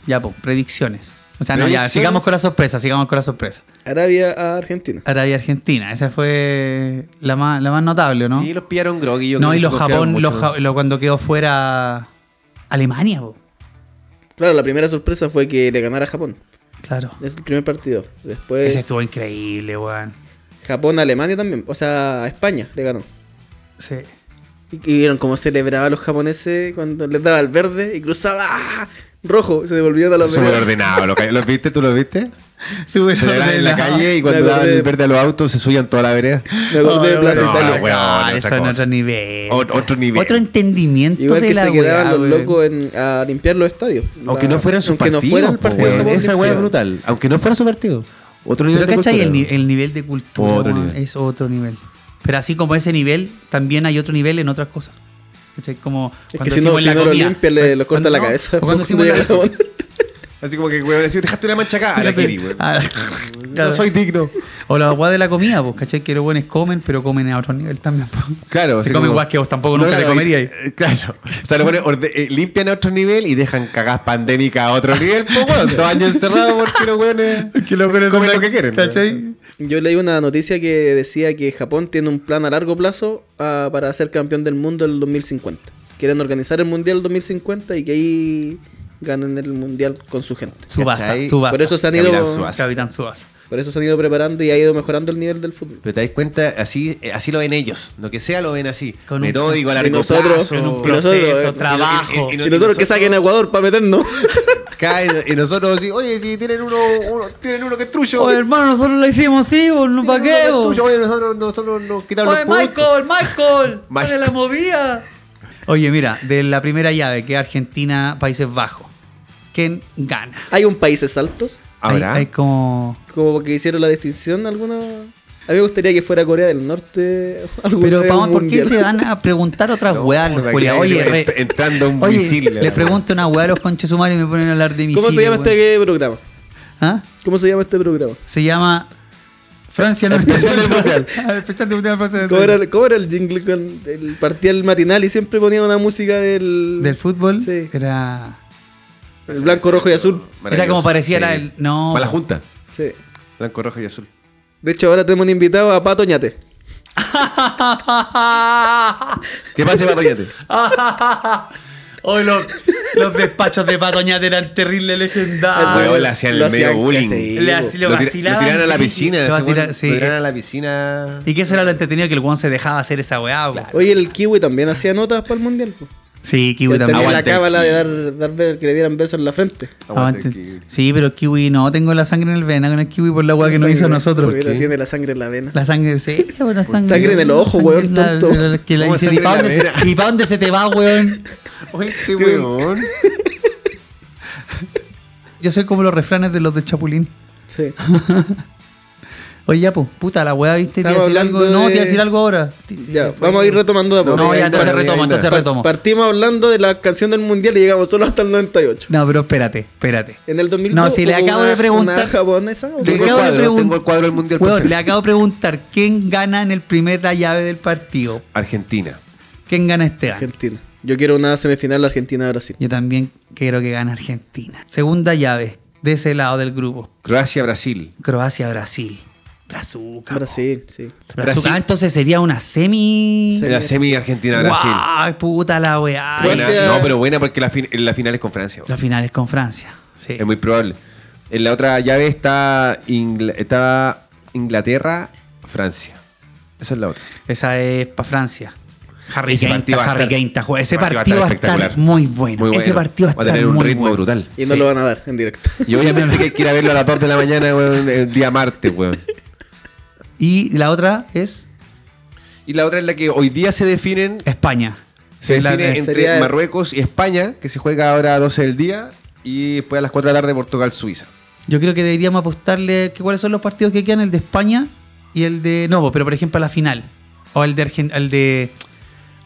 E: Ya, pues, predicciones. O sea, no, ya,
D: Predicciones.
E: sigamos con la sorpresa, sigamos con la sorpresa.
B: Arabia a Argentina.
E: Arabia-Argentina, esa fue la más, la más notable, ¿no?
D: Sí, los pillaron groggy. yo
E: no,
D: creo
E: y
D: que
E: los
D: se confiaron
E: Japón,
D: mucho,
E: los
D: ¿no?
E: Ja- lo- cuando quedó fuera Alemania, po.
B: Claro, la primera sorpresa fue que le ganara Japón.
E: claro.
B: Es el primer partido. Después
E: Ese estuvo increíble, weón.
B: Japón a Alemania también. O sea, a España le ganó.
E: Sí.
B: Y y vieron cómo celebraba a los japoneses cuando les daba el verde y cruzaba ¡ah! rojo. Se devolvían a los
D: Súper
B: verdes.
D: ordenado. ¿lo, ca- ¿Los viste? ¿Tú los viste?
E: Súper
D: Se dan en la
E: ordenado.
D: calle y cuando
B: Me
D: daban
B: acordé.
D: el verde a los autos se subían toda la vereda.
B: Me acordé de
E: Oh,
B: Plaza
E: no,
B: Italia.
D: weón,
E: ah,
D: otra
E: eso en
D: cosa.
E: otro nivel.
D: Ot- otro nivel.
E: Otro entendimiento
B: Igual
E: de
B: que
E: la
B: se quedaban
E: weá,
B: los
E: weón.
B: locos en- a limpiar los estadios.
D: Aunque
B: La-
D: no fuera su
B: aunque
D: partido.
B: no fuera el
D: po,
B: partido.
D: weón.
B: de Japón,
D: Esa weá es
B: limpiaban.
D: brutal. Aunque no fuera su partido. Otro nivel de
E: Pero ¿cachai? El,
D: cultura,
E: ni- eh,
D: weón.
E: el nivel de cultura
D: Otro
E: weón,
D: nivel.
E: es otro nivel. Pero así como ese nivel, también hay otro nivel en otras cosas. ¿Cachai? Como
B: Es que si no,
E: hicimos
B: si
E: la
B: no lo
E: comida.
B: limpia, le lo corta
E: Cuando-
B: la
E: no,
B: cabeza.
E: o cuando hicimos
B: llega
E: la-
B: Japón.
D: Así como que, weón, decís, dejaste una mancha acá. Araquiri, weón.
E: Ah, claro.
D: No soy digno.
E: O la guay de la comida, pues, ¿cachai? Que los buenos comen, pero comen a otro nivel también. pues. po.
D: Claro.
E: Se
D: así
E: comen
D: como-
E: guas que vos tampoco nunca
D: claro,
E: te comerías.
D: y- eh, Claro. O sea, lo ponen orde- eh, limpian a otro nivel y dejan cagadas pandémicas a otro nivel, po, weón. Dos años encerrados porque los weones comen lo que quieren. weón.
E: ¿Cachai?
B: Yo leí una noticia que decía que Japón tiene un plan a largo plazo ah, para ser campeón del mundo en el 2050. Quieren organizar el mundial 2050 y que ahí ganen el mundial con su gente.
E: Subasa,
D: ¿Cachai?
E: Subasa.
B: Por eso se han ido.
D: Capitán Subasa.
E: Capitán Subasa.
B: Por eso se han ido preparando y ha ido mejorando el nivel del fútbol.
D: Pero te das cuenta, así, eh, así lo ven ellos. Lo que sea lo ven así.
E: Con un-
D: Metódico, a largo
B: y nosotros-
D: plazo.
B: con
E: En un
B: Y nosotros,
E: proceso,
B: eh,
E: trabajo.
D: y
B: Y
D: no-
B: nosotros que
D: nosotros-
B: saquen a Ecuador para meternos.
D: Caen, y nosotros sí, oye, si tienen uno, uno- tienen uno que es trucho.
E: Oye, hermano, nosotros lo hicimos, sí, vos,
D: tienen uno
E: no pa'
D: que
B: pues,
E: qué, pues?
D: es
E: vos.
D: trucho, Oye, nosotros, nosotros nos quitaron
E: Oye,
D: los puntos.
E: Michael, Michael,
D: Michael.
E: dale la movía. Oye, mira, de la primera llave que es Argentina, Países Bajos, ¿quién gana?
B: Hay un países altos,
D: Ahora,
E: Hay, hay como.
B: como que hicieron la distinción alguna. A mí me gustaría que fuera Corea del Norte. alguna
E: Pero,
B: vez
E: Pabón,
B: un
E: ¿por qué
B: mundial.
E: se van a preguntar otras
D: No,
E: weas los
D: puta,
E: culiados?
D: que
E: Oye,
D: hay-
E: re-
D: entrando un
E: oye,
D: misil, la
E: Les
D: wea.
E: pregunto una wea a los conches sumarios y me ponen a hablar de misiles.
B: ¿Cómo se llama
E: weón.
B: este programa?
E: ¿Ah?
B: ¿Cómo se llama este programa?
E: Se llama. Francia no
D: Especial del Mundial.
E: Especial del Mundial, Francia del
B: ¿Cómo era,
E: Mundial.
B: el- cómo era el jingle con el parcial matinal y siempre ponía una música del.
E: Del fútbol
B: Sí.
E: era.
B: El blanco, rojo y azul.
E: Era como parecía, era
D: pareciera
E: el- no.
D: Para la junta.
B: Sí.
D: Blanco, rojo y azul.
B: De hecho, ahora tenemos un invitado a Pato Ñate.
D: ¿Qué pasa, Patoñate?
E: Hoy los, los despachos de Patoñate eran terribles legendarios.
D: Ah, Weón, le hacían
B: Ah, Lo
D: el medio
B: hacían
D: bullying.
B: casi.
E: Le así lo
D: tira-
E: vacilaban,
D: lo tiraron a la
E: sí,
D: piscina.
E: sí.
D: ese
E: Lo
D: weón,
E: tira- sí.
D: Lo tiraron a la piscina.
E: Y que eso era lo entretenido que el Juan se dejaba hacer esa weá. weón.
B: Oye, el Kiwi también hacía notas para el mundial. po.
E: Sí, Kiwi
B: Él
E: también.
B: Tenía
D: Aguante
B: la
D: el
B: cábala de dar,
D: Kiwi.
B: dar be- que le dieran besos en la frente.
E: Aguante.
D: Aguante, que-
E: Sí, pero el Kiwi no, tengo la sangre en el vena con el Kiwi por la weá que nos hizo a nosotros.
B: Mira,
D: qué?
B: tiene la sangre en la vena.
E: La sangre, sí, pues, la sangre.
B: Sangre en el ojo,
E: sangre
B: weón,
E: en la-
B: tonto.
E: la- que la-
D: ¿Cómo
E: dice,
D: sangre
E: ¿Y para
D: en la
E: dónde, se-
D: vena?
E: y pa' dónde se te va, weón?
D: Oye, este weón.
E: Yo soy como los refranes de los del Chapulín.
B: Sí.
E: Oye, ya, pues, puta, la weá, viste, te iba a
B: Estamos
E: decir algo.
B: hablando
E: No, te iba a
B: de-
E: decir algo ahora.
B: Ya, vamos a ir retomando de a poco.
E: No, ya, entonces
D: Bueno,
E: retomo,
D: ya,
E: entonces
D: ya.
E: retomo.
B: Partimos hablando de la canción del mundial y llegamos solo hasta el 98.
E: No, pero espérate, espérate.
B: En el 2002
E: No, si le
B: hubo
E: acabo
B: una-
E: de preguntar.
B: una japonesa, ¿o
E: Le
D: Tengo
B: qué?
D: el
E: acabo de
D: cuadro,
E: pregun-
D: tengo el cuadro del Mundial,
E: Weón,
D: perfecto.
E: le acabo de preguntar quién gana en el primer la llave del partido.
D: Argentina.
E: ¿Quién gana este año?
B: Argentina. Yo quiero una semifinal Argentina-Brasil.
E: Yo también quiero que gane Argentina. Segunda llave, de ese lado del grupo.
D: Croacia, Brasil.
E: Croacia-Brasil. Brazuca. po.
B: Brasil, sí.
E: Brazuca.
D: Brasil.
E: Ah, entonces sería una semi.
D: La semi Argentina, Brasil.
E: Ay, puta la weá.
B: Croacia-
E: Ay,
D: Buena, no, pero buena porque la, fin- la final es con Francia.
E: La final es con Francia. Sí.
D: Es muy probable. En la otra llave está, Ingl- está Inglaterra, Francia. Esa es la otra.
E: Esa es para Francia. Harry
D: Ese
E: Kane,
D: partido
E: está,
D: va a
E: Harry
D: estar-
E: Kane está jugando. Ese
D: partido va a
E: partido va a
D: estar
E: estar
D: espectacular.
E: muy bueno.
D: Muy
E: Ese
D: bueno.
E: partido va a
D: Va a
E: estar
D: tener un
E: muy
D: ritmo
E: bueno.
D: brutal.
B: Y no
E: Sí.
B: lo van a dar en directo.
D: Y obviamente que quiera verlo a las 2 de la mañana, weón, el día martes, weón.
E: Y la otra es
D: Y la otra es la que hoy día se definen,
E: España.
D: se
E: Es la-
D: define
E: es-
D: entre
B: sería-
D: Marruecos y España, que se juega ahora a 12 del día, y después a las 4 de la tarde Portugal-Suiza.
E: Yo creo que deberíamos apostarle que cuáles son los partidos que quedan, el de España y el de no, pero por ejemplo la final o el de Argen- al de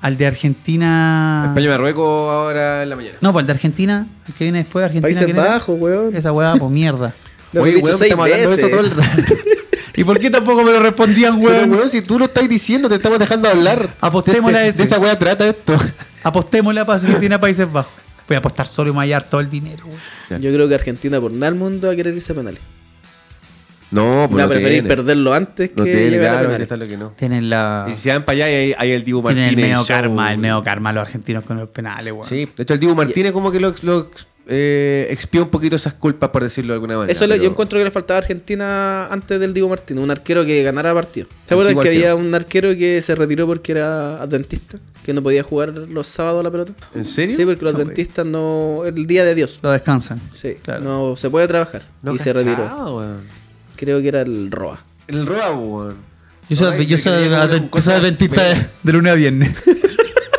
E: al de Argentina.
D: España-Marruecos ahora en la mañana.
E: No, pues el de Argentina, el que viene después Argentina.
B: Países
E: ¿quién era?
B: Bajos, weón.
E: Esa weá, pues mierda.
B: Lo
D: Oye,
B: hemos dicho
D: weón,
B: seis
D: estamos hablando de eso
B: veces.
D: todo el rato.
E: ¿Y por qué tampoco me lo respondían,
D: Pero,
E: weón?
D: weón, si tú lo estás diciendo, te estamos dejando hablar.
E: Apostémosle a
D: De- de-
E: ese.
D: De esa weá trata esto.
E: Apostémosle a Argentina Países Bajos. Voy a apostar solo y me voy a hallar todo el dinero, weón.
D: Claro.
B: Yo creo que Argentina por nada al mundo va a querer irse a penales.
D: No, pues
B: Va a
D: no
B: preferir
D: tiene.
B: perderlo antes
D: No
B: que
D: tiene,
B: llegar a
D: claro, que
B: penales.
D: está lo que no.
E: Tienen la.
D: Y si se van para allá, y hay, hay el Dibu
E: Ah. Tienen
D: Martínez.
E: el medio
D: show.
E: karma, el medio karma los argentinos con los penales, weón.
D: Sí, de hecho el Dibu Martínez como que lo, lo eh, expió un poquito esas culpas, por decirlo de alguna manera.
B: Eso le-
D: pero-
B: yo encuentro que le faltaba a Argentina antes del Diego Martínez, un arquero que ganara partido. ¿Se acuerdan
D: Antiguo
B: que había
D: arquero.
B: un arquero que se retiró porque era adventista? Que no podía jugar los sábados a la pelota.
D: ¿En serio?
B: Sí,
D: pues.
B: porque los adventistas no. El día de Dios.
E: Lo descansan.
B: Sí,
E: Claro.
B: no se puede trabajar.
D: No
B: y se retiró.
D: cachaba, weón.
B: Creo que era el Roa.
D: El robo, weón.
E: Yo soy,
D: Ay,
E: yo
D: que
E: soy
D: tenía como
E: adven-
D: un corte
E: soy adventista
D: de-
E: de, de lunes a viernes.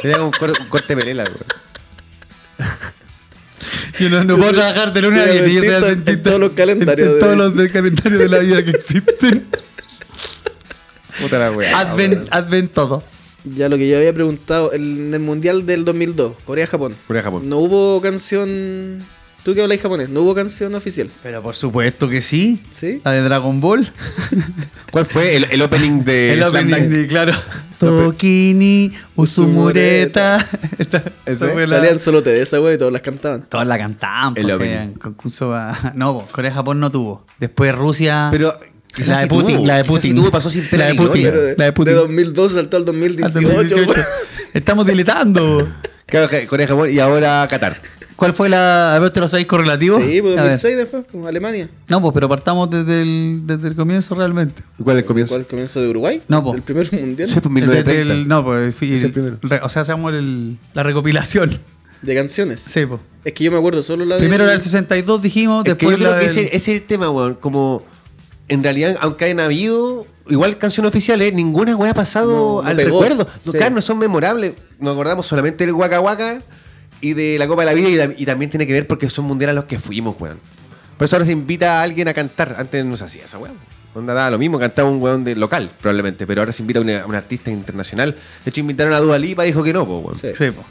D: Tenía un, cor- un corte de pelela, weón.
E: Yo no, no puedo trabajar de lunes a
B: soy
E: viernes. Yo soy
B: adventista en
E: adventista.
B: todos los calendarios
E: En,
B: de-
E: todos los de- calendarios de la vida que existen.
D: Puta la
B: Ah,
D: weá.
E: Advent,
D: weón.
E: advent todo.
B: Ya lo que yo había preguntado, el- en el Mundial del 2002, Corea-Japón.
D: Corea-Japón.
B: No hubo canción. Tú que habláis japonés, no hubo canción oficial.
E: Pero por supuesto que sí.
B: ¿Sí?
D: Ah,
E: La de Dragon Ball.
D: ¿Cuál fue el, el opening de
E: el
D: Slam
E: opening,
D: Dunk?
E: de- claro. Tokini, Usumureta. Esa, esa
D: ¿Ese?
E: fue la.
B: Salían solo te de esa wey y todos las cantaban.
E: Todas la cantaban.
D: El
E: pues,
D: opening.
E: en concurso a- No, pues, Corea-Japón no tuvo. Después Rusia.
D: Pero quizás
E: la de
D: sí
E: Putin.
D: tuvo.
E: La de
D: Quizás
E: Putin.
D: sí tuvo, pasó sin pena
E: La de
D: ni
E: Putin.
D: gloria.
B: Pero de,
E: La de Putin.
B: de 2012 saltó al 2018.
E: Hasta 2018.
B: wey.
E: Ah, Estamos diletando.
D: Claro, que Corea-Japón y ahora Qatar.
E: ¿Cuál fue la. A ver, te lo sabéis correlativo?
B: Sí, pues
E: A ver.
B: 2006 después, pues, Alemania.
E: No, pues, pero partamos desde el, desde el comienzo realmente.
D: ¿Cuál es el comienzo?
B: ¿Cuál comienzo de Uruguay?
E: No, po.
B: El primer mundial.
D: Sí, pues
E: Desde
D: 1930.
E: el, no, pues. fi-
D: Es el primero.
E: re- o sea, hacemos el- la recopilación.
B: De canciones.
E: Sí, pues.
B: Es que yo me acuerdo solo la de-
E: Primero era el 62, dijimos.
D: Eh, Es que
E: después
D: yo creo
E: la
D: que
E: del-
D: ese, ese es el tema, weón. Como en realidad, aunque hayan habido igual canciones oficiales, ninguna weá ha pasado
B: No, no
D: al
B: pegó.
D: recuerdo. No,
B: Sí.
D: claro, no son memorables. Nos acordamos solamente del Waka Waka y de la Copa de la Vida. Y, tam- y también tiene que ver porque son mundiales a los que fuimos, weón. Por eso ahora se invita a alguien a cantar. Antes no se hacía esa weón. Onda daba lo mismo, cantaba un weón de local, probablemente. Pero ahora se invita a una- a un artista internacional. De hecho, invitaron a Dua Lipa, dijo que no, po, weón.
B: Sí.
E: Sí, po.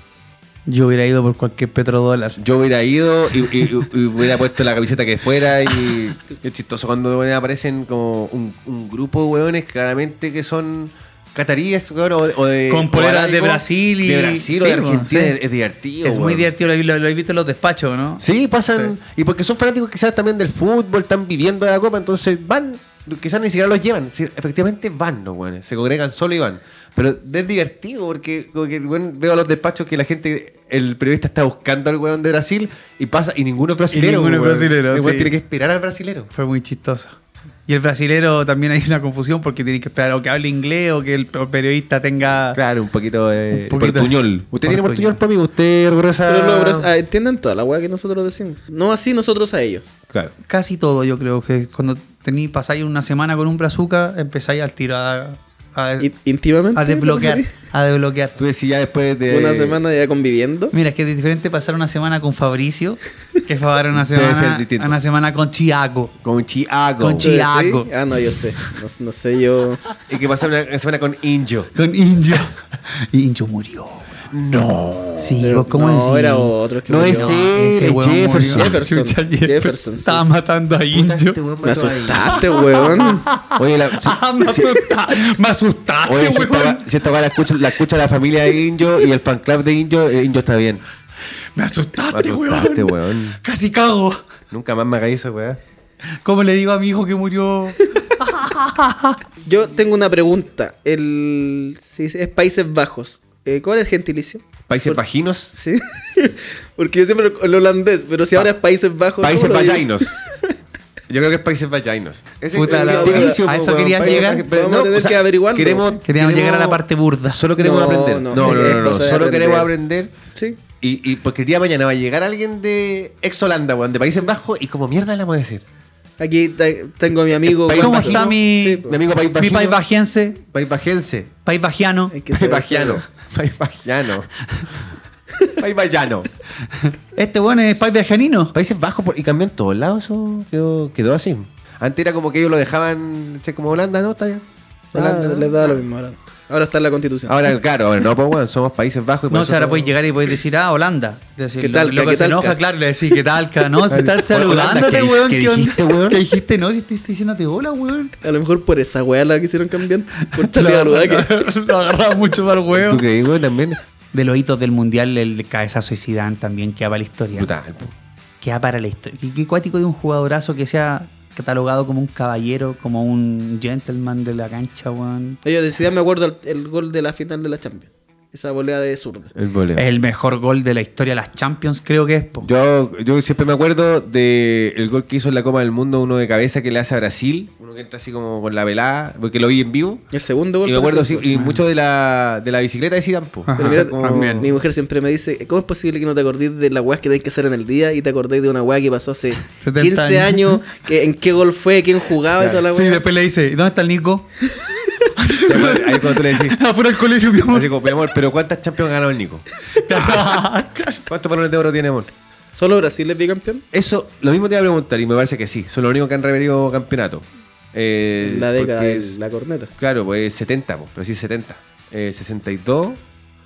E: Yo hubiera ido por cualquier petrodólar.
D: Yo hubiera ido y, y- y hubiera puesto la camiseta que fuera y es chistoso cuando weón, aparecen como un, un grupo de weones claramente que son cataríes weón, o, o de...
E: Con
D: o
E: poleras de
D: árabes,
E: Brasil y-
D: De Brasil o
E: sí,
D: de Argentina,
E: weón, sí.
D: es, es divertido.
E: es muy
D: weón.
E: divertido, lo, lo- lo he visto en los despachos, ¿no?
D: Sí, pasan... Y porque son fanáticos quizás también del fútbol, están viviendo de la copa, entonces van, quizás ni siquiera los llevan. Sí, efectivamente van los weones, se congregan solo y van. Pero es divertido porque, como que, weón, veo a los despachos que la gente... El periodista está buscando al weón de Brasil y pasa y ninguno es brasilero.
E: ninguno es
D: weón.
E: brasilero,
D: El weón
E: sí.
D: tiene que esperar al brasilero.
E: Fue muy chistoso. Y el brasilero también hay una confusión porque tiene que esperar o que hable inglés o que el periodista tenga.
D: Claro, un poquito de
E: Un poquito.
D: portuñol. ¿Usted tiene portuñol,
E: Portuñol.
D: papi? ¿Usted regresa?
B: Pero no, pero, ah, entienden toda la weá que nosotros decimos. No así nosotros a ellos.
D: Claro.
E: Casi todo, yo creo que cuando tení, pasáis una semana con un brazuca, empezáis al tiro a, a-
B: Y- íntimamente.
E: Eh, a desbloquear.
B: ¿te referís?
E: A desbloquear.
D: Tú decís ya después de...
B: Una semana ya conviviendo.
E: Mira, es que es diferente pasar una semana con Fabricio que pasar una
D: Debe ser
E: semana,
D: distinto.
E: una semana con Chiaco.
D: Con Chiago.
E: Con Chi-
B: ¿Sí?
E: Chiago.
B: Ah, no, yo sé. No, no sé yo.
D: Y que pasa una semana con Injo.
E: Con Injo. Y Injo murió. No. Sí, vos cómo
B: no,
E: decís?
B: era otro que
D: No,
B: murió.
D: ese-
E: weón murió.
D: Jefferson.
B: Jefferson.
E: Chucha,
B: Jefferson, sí.
E: Estaba matando a Injo.
B: Me asustaste, weón.
D: Oye, la... sí.
E: Ah, me asustaste. Me asustaste,
D: Oye, si
E: weón.
D: esta va- si esta va la escucha, la escucha la familia de Injo y el fan club de Injo, eh, Injo está bien.
E: Me asustaste,
D: Me asustaste,
E: weón.
D: weón.
E: Casi cago.
D: Nunca más me hagáis esa weá.
E: ¿Cómo le digo a mi hijo que murió?
B: Yo tengo una pregunta. El, si es Países Bajos. eh, ¿Cuál es el gentilicio?
D: Países
B: Por-
D: vaginos.
B: Sí. Porque yo siempre lo- el holandés, pero si ahora es Países Bajos.
D: Países
B: ¿cómo lo digo?
D: vagainos. Yo creo que es países vagainos. Ese
E: Puta
D: es
E: la
D: el
E: wea.
D: inicio,
E: A
D: po,
E: eso
D: weón.
E: querían
D: Países
E: llegar.
D: vag- pero
B: Vamos a tener que averiguarlo.
D: Queremos,
E: Queríamos llegar a la parte burda.
D: Solo queremos
B: No,
D: aprender.
B: no,
D: No, no, no,
B: es
D: no,
B: cosa de
D: Solo queremos
B: aprender.
D: aprender.
B: Sí.
D: Y, y porque el día de mañana va a llegar alguien de ex Holanda, weón, de Países Bajos, y como mierda le vamos a decir.
B: Aquí te- tengo a mi amigo.
D: País
E: ¿Cómo
D: bajino.
E: está mi,
B: Sí, pues, po.
D: Mi amigo país
E: mi país
D: bajino.
E: bajiense?
D: País bajense.
E: País bajiano.
B: Hay que
D: País
B: saber-
D: bajiano. País bajiano. País bajano.
E: Este weón es país bajianino.
D: Países Bajos, por- y cambió en todos lados, eso quedó, quedó así. Antes era como que ellos lo dejaban, che, como Holanda, ¿no? Está bien.
B: Ah,
D: Holanda. ¿no?
B: les da lo mismo ahora. Ahora está en la constitución.
D: Ahora, claro, ahora no, pues bueno, somos Países Bajos. y por
E: No, o
D: eso
E: sea, ahora
D: somos-
E: podéis llegar y podéis decir, ah, Holanda. Decir,
B: ¿Qué
E: lo-
B: talca,
E: lo, que
B: qué
E: se
B: talca?
E: enoja, claro, le decís, ¿qué talca? No, si estás
D: Hola, Holanda,
E: saludándote,
D: ¿qué di-
E: este weón.
D: qué
E: onda?
D: dijiste, weón?
E: ¿Qué dijiste? No, si estoy diciéndote hola, weón.
B: A lo mejor por esa weá la quisieron cambiar. Por
E: Lo-
B: Charlie Garuda que.
E: Lo, lo agarraba mucho para el
D: ¿Tú
E: weón.
D: creí, güey, también?
E: de los hitos del mundial, el de cabezazo y Zidane también queda para la historia.
D: Brutal, po.
E: Queda para la historia. Qué, qué cuático de un jugadorazo que sea catalogado como un caballero, como un gentleman de la cancha, weón.
B: Oye, de Zidane me acuerdo el, el gol de la final de la Champions. Esa volea de zurda.
D: El voleo.
E: Es el mejor gol de la historia de las Champions, creo que es, po.
D: Yo, yo siempre me acuerdo de el gol que hizo en la Copa del Mundo, uno de cabeza que le hace a Brasil, uno que entra así como con la velada, porque lo vi en vivo.
B: El segundo gol.
D: Y me acuerdo, sí,
B: parece-
D: y mucho de la, de la bicicleta de Zidane, po.
B: Pero
D: O
B: mira,
D: sea, como-
E: también.
B: Mi mujer siempre me dice, ¿cómo es posible que no te acordéis de las weas que tenéis que hacer en el día y te acordéis de una wea que pasó hace
E: 70
B: 15
E: años.
B: años, que, en qué gol fue, quién jugaba y toda la
E: Sí,
B: wea?
E: después le dice, ¿y dónde está el Nico?
D: Ahí cuando tú le decís,
E: Afuera del colegio, mi amor.
D: así como, mi amor, pero ¿cuántas Champions ha ganado el Nico? ¿Cuántos balones de oro tiene, amor?
B: ¿Solo Brasil es bicampeón?
D: Eso, lo mismo te iba a preguntar y me parece que sí. Son los únicos que han repetido campeonato. Eh,
B: la década
D: porque
B: de
D: es-
B: la corneta.
D: Claro, pues 70, pues, pero sí 70. Eh, 62,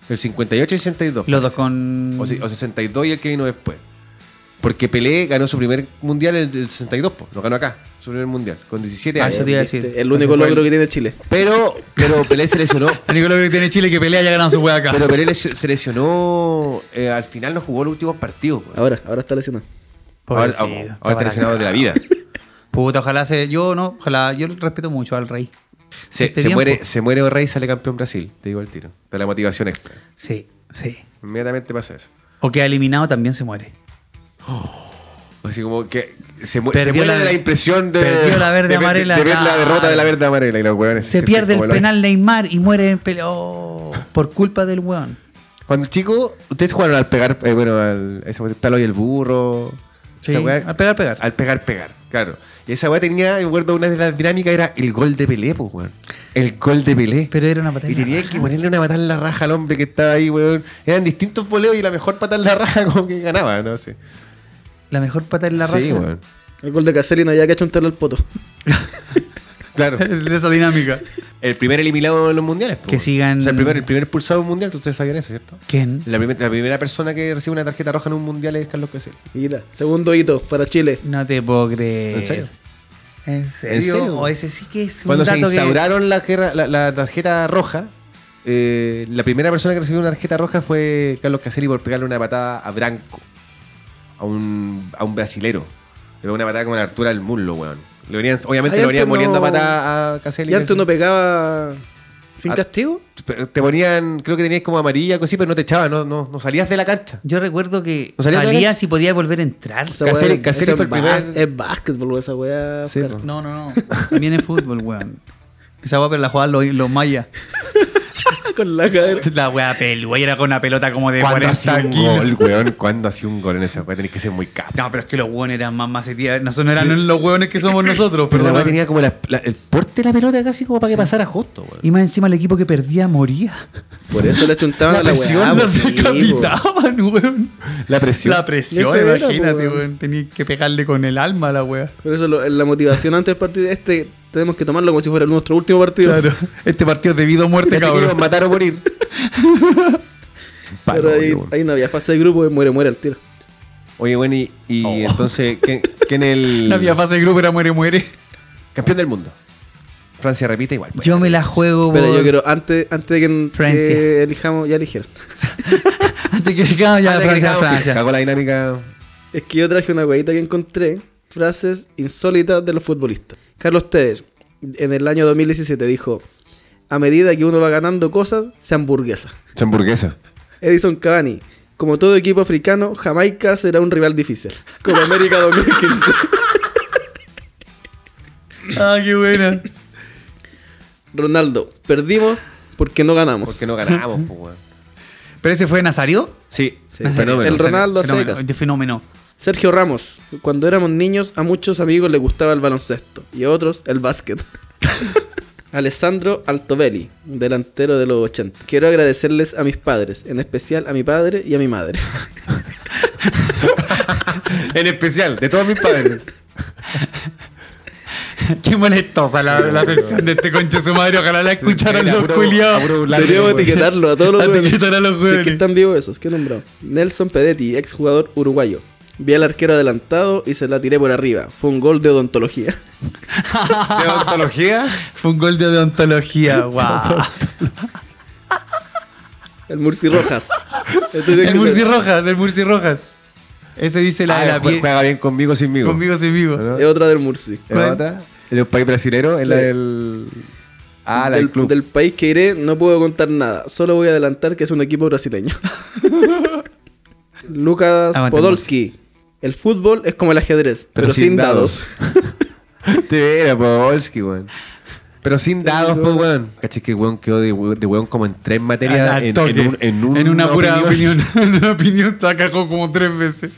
D: el 58 y 62.
E: Los dos con.
D: O, si- o 62 y el que vino después. Porque Pelé ganó su primer mundial el, el 62, pues, lo ganó acá, su primer mundial, con 17
E: Ah,
D: años.
E: eso te iba a decir.
B: Este, el único
D: Ese fue
B: logro
D: el-
B: que tiene Chile.
D: Pero, pero Pelé se lesionó.
E: El Nicolás que tiene Chile que pelea ya ganado su wea acá.
D: Pero Pelé lesio- se lesionó. eh, al final no jugó los últimos partidos. güey.
B: Ahora, ahora está lesionado.
D: Ahora,
E: Pobrecito,
D: ahora- ahora
E: está
D: está lesionado de la vida.
E: Puta, ojalá se. Yo no, ojalá. Yo respeto mucho al rey.
D: Se,
E: Este
D: se
E: tiempo.
D: muere, se muere O'Reilly y sale campeón Brasil, te digo el tiro. De la motivación extra.
E: Sí, sí.
D: Inmediatamente pasa eso.
E: O queda eliminado también se muere.
D: Así como que se, mu- se
E: Perdió
D: muere
E: la-
D: de la impresión de,
E: perdió la verde
D: de ver-
E: amarela,
D: de ver la
E: claro.
D: derrota de la verde amarela y los hueones
E: Se
D: sienten
E: pierde el
D: como lo-
E: penal Neymar y muere en pelea. Oh, por culpa del weón.
D: Cuando chico, ustedes jugaron al pegar, eh, bueno, al esa tal hoy el burro.
E: Sí,
D: esa weá-
E: al pegar, pegar.
D: Al pegar, pegar, claro. Y esa weá tenía, me acuerdo, una de las dinámicas era el gol de Pelé, pues, weón. El gol de Pelé.
E: Pero era una patada.
D: Y
E: en la
D: tenía
E: raja.
D: que ponerle una patada en la raja al hombre que estaba ahí, weón. Eran distintos voleos y la mejor patada en la raja como que ganaba, no sé.
E: La mejor patada en la raja.
D: Sí, weón.
B: El gol de Caselli no había que achuntarle al poto.
D: Claro.
E: Esa dinámica.
D: El primer eliminado de los mundiales. po,
E: Que
D: weón.
E: sigan-
D: O sea, el primer, el primer pulsado de un mundial, ustedes sabían eso, ¿cierto?
E: ¿Quién?
D: La, primer- la primera persona que recibe una tarjeta roja en un mundial es Carlos Caselli.
B: Mira, segundo hito para Chile.
E: No te puedo creer.
D: ¿En serio?
E: ¿En serio?
D: ¿En serio?
E: O ese sí que es un
D: Cuando se
E: dato que-
D: instauraron la, guerra- la, la tarjeta roja, eh, la primera persona que recibió una tarjeta roja fue Carlos Caselli por pegarle una patada a Branco, a un, a un brasilero. Le pegó una patada como a la altura del muslo, weón. Le venían, obviamente
B: Ay,
D: le
B: antes
D: venían poniendo
B: no-
D: patada a Caselli.
B: ¿Y antes no pegaba sin
D: Ah.
B: castigo?
D: Te ponían, creo que tenías como amarilla, cosí, pero no te echaban, no, no, no salías de la cancha.
E: Yo recuerdo que
D: ¿No salía de la
E: salías
D: cancha?
E: y podías volver a entrar.
B: Esa weá
D: Caselli-
B: es-
D: Caselli
B: eso
D: fue
B: es
D: el
B: bas-
D: primer-
B: Es básquetbol esa weá.
D: Sí,
B: Oscar.
D: po.
E: No, no, no. También es fútbol, weón. Esa weá, pero la jugaban los, los mayas.
B: Con la cadera.
E: La weá pelu, güey, era con una pelota como de
D: ¿Cuándo
E: 40
D: hacía un
E: kilos.
D: gol, weón? ¿Cuándo hacía un gol en esa weá? Tenés que ser muy capo.
E: No, pero es que los weones eran más macetías. No, son- no eran los weones que somos nosotros,
D: Pero la weá
E: perdón.
D: tenía como la- la- el porte de la pelota casi como para que pasara justo, weón.
E: Y más encima el equipo que perdía moría.
B: Por eso le
D: Ah,
B: achuntaban a la weá.
E: los
B: po. Sí, po.
E: decapitaban, weón.
D: pues, La presión.
E: La presión,
B: Eso era,
E: imagínate,
B: po, weón.
E: weón. Tenía que pegarle con el alma a la weá.
B: Por eso lo- la motivación antes del partido este tenemos que tomarlo como si fuera nuestro último partido.
E: Claro. Este partido es debido a muerte,
D: Te querían
E: cabrón.
D: matar o morir. Palo,
B: Pero ahí,
D: weón.
B: ahí no había fase de grupo y muere, muere el tiro.
D: Oye, bueno, y, y
E: Oh.
D: entonces, ¿quién, quién el
E: La mía fase de grupo era muere, muere.
D: campeón del mundo? Francia repite igual. pues.
E: Yo me la juego,
B: Pero yo
E: por-
B: quiero, antes, antes de que,
E: Francia.
B: que elijamos, ya eligieron.
E: Antes que dejamos
D: Ah,
E: ya
D: te
E: Francia,
D: agregamos que
E: Francia.
D: Cagó la dinámica.
B: Es que yo traje una huevita que encontré, frases insólitas de los futbolistas. Carlos Tevez, en el año 2017, dijo, a medida que uno va ganando cosas, se hamburguesa.
D: Hamburguesa.
B: Edison Cavani, como todo equipo africano, Jamaica será un rival difícil. Como América 2015.
E: Ah, qué buena.
B: Ronaldo, perdimos porque no ganamos.
D: Porque no ganamos, pues, weón.
E: ¿Pero ese fue Nazario?
D: Sí,
B: Sí.
D: fenómeno.
B: El Ronaldo a
E: fenómeno,
B: secas.
E: de fenómeno.
B: Sergio Ramos, cuando éramos niños a muchos amigos les gustaba el baloncesto y a otros el básquet. Alessandro Altovelli, delantero de los 80. Quiero agradecerles a mis padres, en especial a mi padre y a mi madre.
D: En especial, de todos mis padres.
E: Qué molestosa la, la sección de este conche su madre. Ojalá la escucharan
D: Sí,
E: los
D: apuro- apuro pues.
E: culiados.
D: burlarme,
B: Deberíamos
D: weón.
B: etiquetarlo a todos los hueones.
E: Etiquetar a los
B: Si es
E: hueones.
B: que están vivos esos, qué nombrado. Nelson Pedetti, exjugador uruguayo. Vi al arquero adelantado y se la tiré por arriba. Fue un gol de odontología.
D: De odontología.
E: Fue un gol de odontología. Wow.
B: El Murci Rojas. Ese es
E: El
B: que-
E: Murci Rojas, el Murci Rojas. Ese dice la,
D: Ah,
E: la
D: jue-
E: pie-
D: juega bien conmigo, sinmigo.
E: conmigo sinmigo.
D: ¿No?
B: Es otra del Murci.
D: ¿Es la otra? ¿Es de un país brasilero? ¿Es la
B: Sí.
D: del. Ah, la del,
B: del,
D: club.
B: del país que iré no puedo contar nada. Solo voy a adelantar que es un equipo brasileño. Lucas
E: Aguante,
B: Podolski. El fútbol es como el ajedrez, pero, sin, dados.
D: Te veras, Podolski, weón. Pero sin dados, pues, weón. Caché que weón quedó de, we- de weón como en tres materias.
E: Al
D: En,
E: toque.
D: en un- en un-
E: En una pura opinión. en una opinión la cagó como tres veces.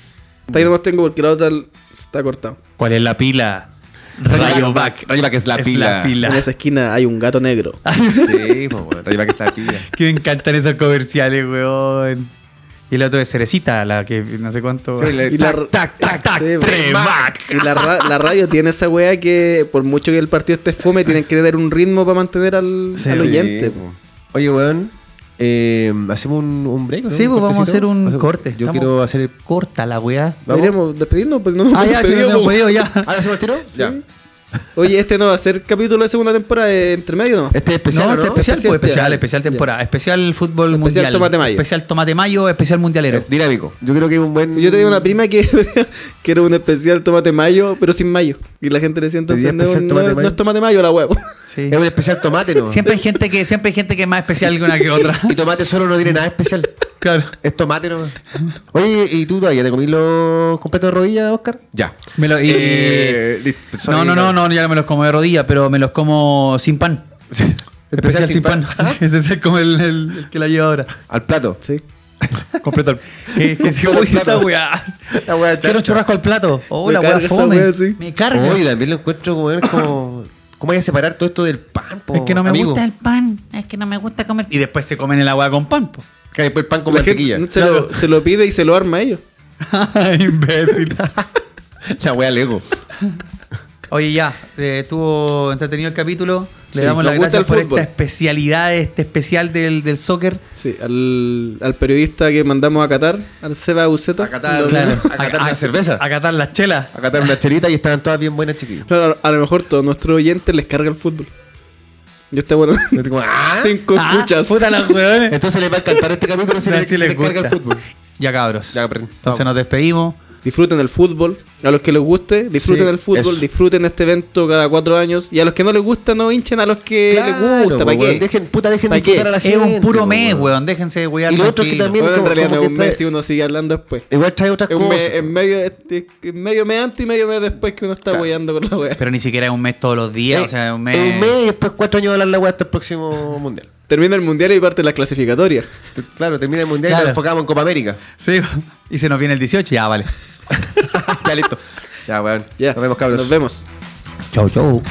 B: Esta ahí nomás tengo porque la otra está cortada.
E: ¿Cuál es la pila?
D: Rayovac. Rayovac es la
E: Es
D: pila.
E: la pila.
B: En esa esquina hay un gato negro.
D: Sí, pues, weón. Rayovac es la pila.
E: Que me encantan esos comerciales, weón. Y el otro es Cerecita, la que no sé cuánto.
D: Sí, le-
B: Y la-
D: tac, tac, tac, tac,
B: Sí, weón.
D: tres, back.
B: Y la, ra- la radio tiene esa weá que, por mucho que el partido esté fome, tienen que tener un ritmo para mantener al,
E: Sí,
B: al
E: sí.
B: oyente.
D: po. Oye, weón. eh, ¿Hacemos un, un break? o no?
E: Sí,
D: ¿Un
E: pues vamos a hacer
D: cortecito?
E: un
D: Hacemos-
E: corte.
D: Yo
E: Estamos-
D: quiero hacer el.
E: Corta la weá.
D: ¿Vamos?
B: Deberíamos despedirnos, pues no nos
E: Ah,
B: hemos
E: ya, chicos,
B: despedido,
E: no
B: po.
E: hemos podido, ya.
D: ¿Ahora hacemos el tiro? Ya.
B: Oye, este no va a ser capítulo de segunda temporada eh, entre medio, ¿no?
D: Este es especial.
E: no,
D: ¿o
E: este
D: ¿no?
E: especial,
B: Especial,
E: pues, especial,
B: ya.
E: especial temporada. Especial fútbol
B: Especial
E: mundial.
B: Tomate Mayo.
E: Especial tomate mayo, especial mundialero.
D: Es dinámico. Yo creo que es un buen.
B: Yo tenía una prima que, que era un especial tomate mayo, pero sin mayo. Y la gente le decía entonces,
D: Tenía
B: no,
D: especial
B: no-
D: tomate
B: no
D: mayo.
B: es tomate mayo la huevo.
E: Sí.
D: Es un especial tomate, ¿no?
E: Siempre hay gente que siempre hay gente que es más especial que una que otra.
D: Y tomate solo no tiene nada especial.
E: claro.
D: Es tomate nomás. Oye, ¿y tú todavía te comí los completos de rodilla, Oscar? Ya.
E: Me lo- y-
D: Eh, listo, sorry,
E: No, no, no, no, ya no me los como de rodilla, pero me los como sin pan. Especial, sin pan. Sí, Ese es como el, el- el que la lleva ahora.
D: ¿Ah? Al plato.
B: Sí.
E: Completo. ¿Qué, qué,
D: Completo el
E: esa
D: plato.
E: weá?
D: La weá chacha.
E: Quiero un churrasco al plato. Oh,
B: Me
E: la weá
B: carga esa
E: fome.
B: weá, sí.
E: Me carga.
D: Oye, también lo encuentro como. es como ¿Cómo hay a separar todo esto del pan, po,
E: es que no me
D: amigo?
E: gusta el pan. Es que no me gusta comer. Y después se comen el agua con pan, po.
D: Que después el pan con
B: La gente
D: mantequilla.
B: se, lo, se lo pide y se lo arma a ellos.
E: Imbécil.
D: La wea Lego.
E: Oye, ya, eh, estuvo entretenido el capítulo. Le
B: Sí,
E: damos
B: nos
E: las
B: gusta
E: gracias
B: el
E: por
B: fútbol.
E: esta especialidad, este especial del, del soccer.
B: Sí, al, al periodista que mandamos a Qatar, al Seba Buceta.
D: A Qatar.
B: Lo-
D: Claro. A catar la cerveza.
E: A catar las chelas.
D: Acá una chelita y estaban todas bien buenas, chiquillos.
B: Claro, a lo mejor todos nuestros oyentes les carga el fútbol. Yo estoy bueno.
D: Así como, ¡ah!
B: Cinco
E: Ah,
B: escuchas.
E: Puta las hueones.
D: Entonces les va a encantar este capítulo si,
E: Así
D: le- si
E: les
D: les carga el
E: gusta.
D: fútbol.
E: Ya, cabros.
D: Ya, perdón.
E: Entonces nos despedimos.
B: Disfruten el fútbol. A los que les guste, disfruten
D: Sí,
B: el fútbol,
D: eso.
B: disfruten este evento cada cuatro años. Y a los que no les gusta, no hinchen a los que les gusta. ¿Para qué?
D: po, pues, weón. Dejen, puta, dejen
B: ¿Pa' qué?
D: disfrutar a la
E: Es
D: gente.
E: un puro
D: po,
E: mes, weón. Déjense de wear.
D: Y lo otro es que también-
E: tranquilo.
B: Bueno, en
D: como-
B: realidad
D: como
B: no es
D: que
B: un
D: trae-
B: mes y uno sigue hablando después.
D: Igual trae otras
B: Es un
D: cosas.
B: mes- en medio, este, en medio mes antes y medio mes después que uno está
D: Claro.
B: weyando con la wea.
E: Pero ni siquiera es un mes todos los días.
D: Eh,
E: o sea, es un mes.
D: es un mes y después cuatro años de hablar la weá hasta el próximo mundial.
B: Termina el mundial y parte la clasificatoria.
D: Te- Claro, termina el mundial y
E: Claro.
D: nos enfocamos en Copa América.
E: Sí, y se nos viene el 18. Ya, vale.
D: ya listo. Ya, weón.
B: Ya.
D: Nos vemos, cabros.
B: Nos vemos.
E: Chau, chau.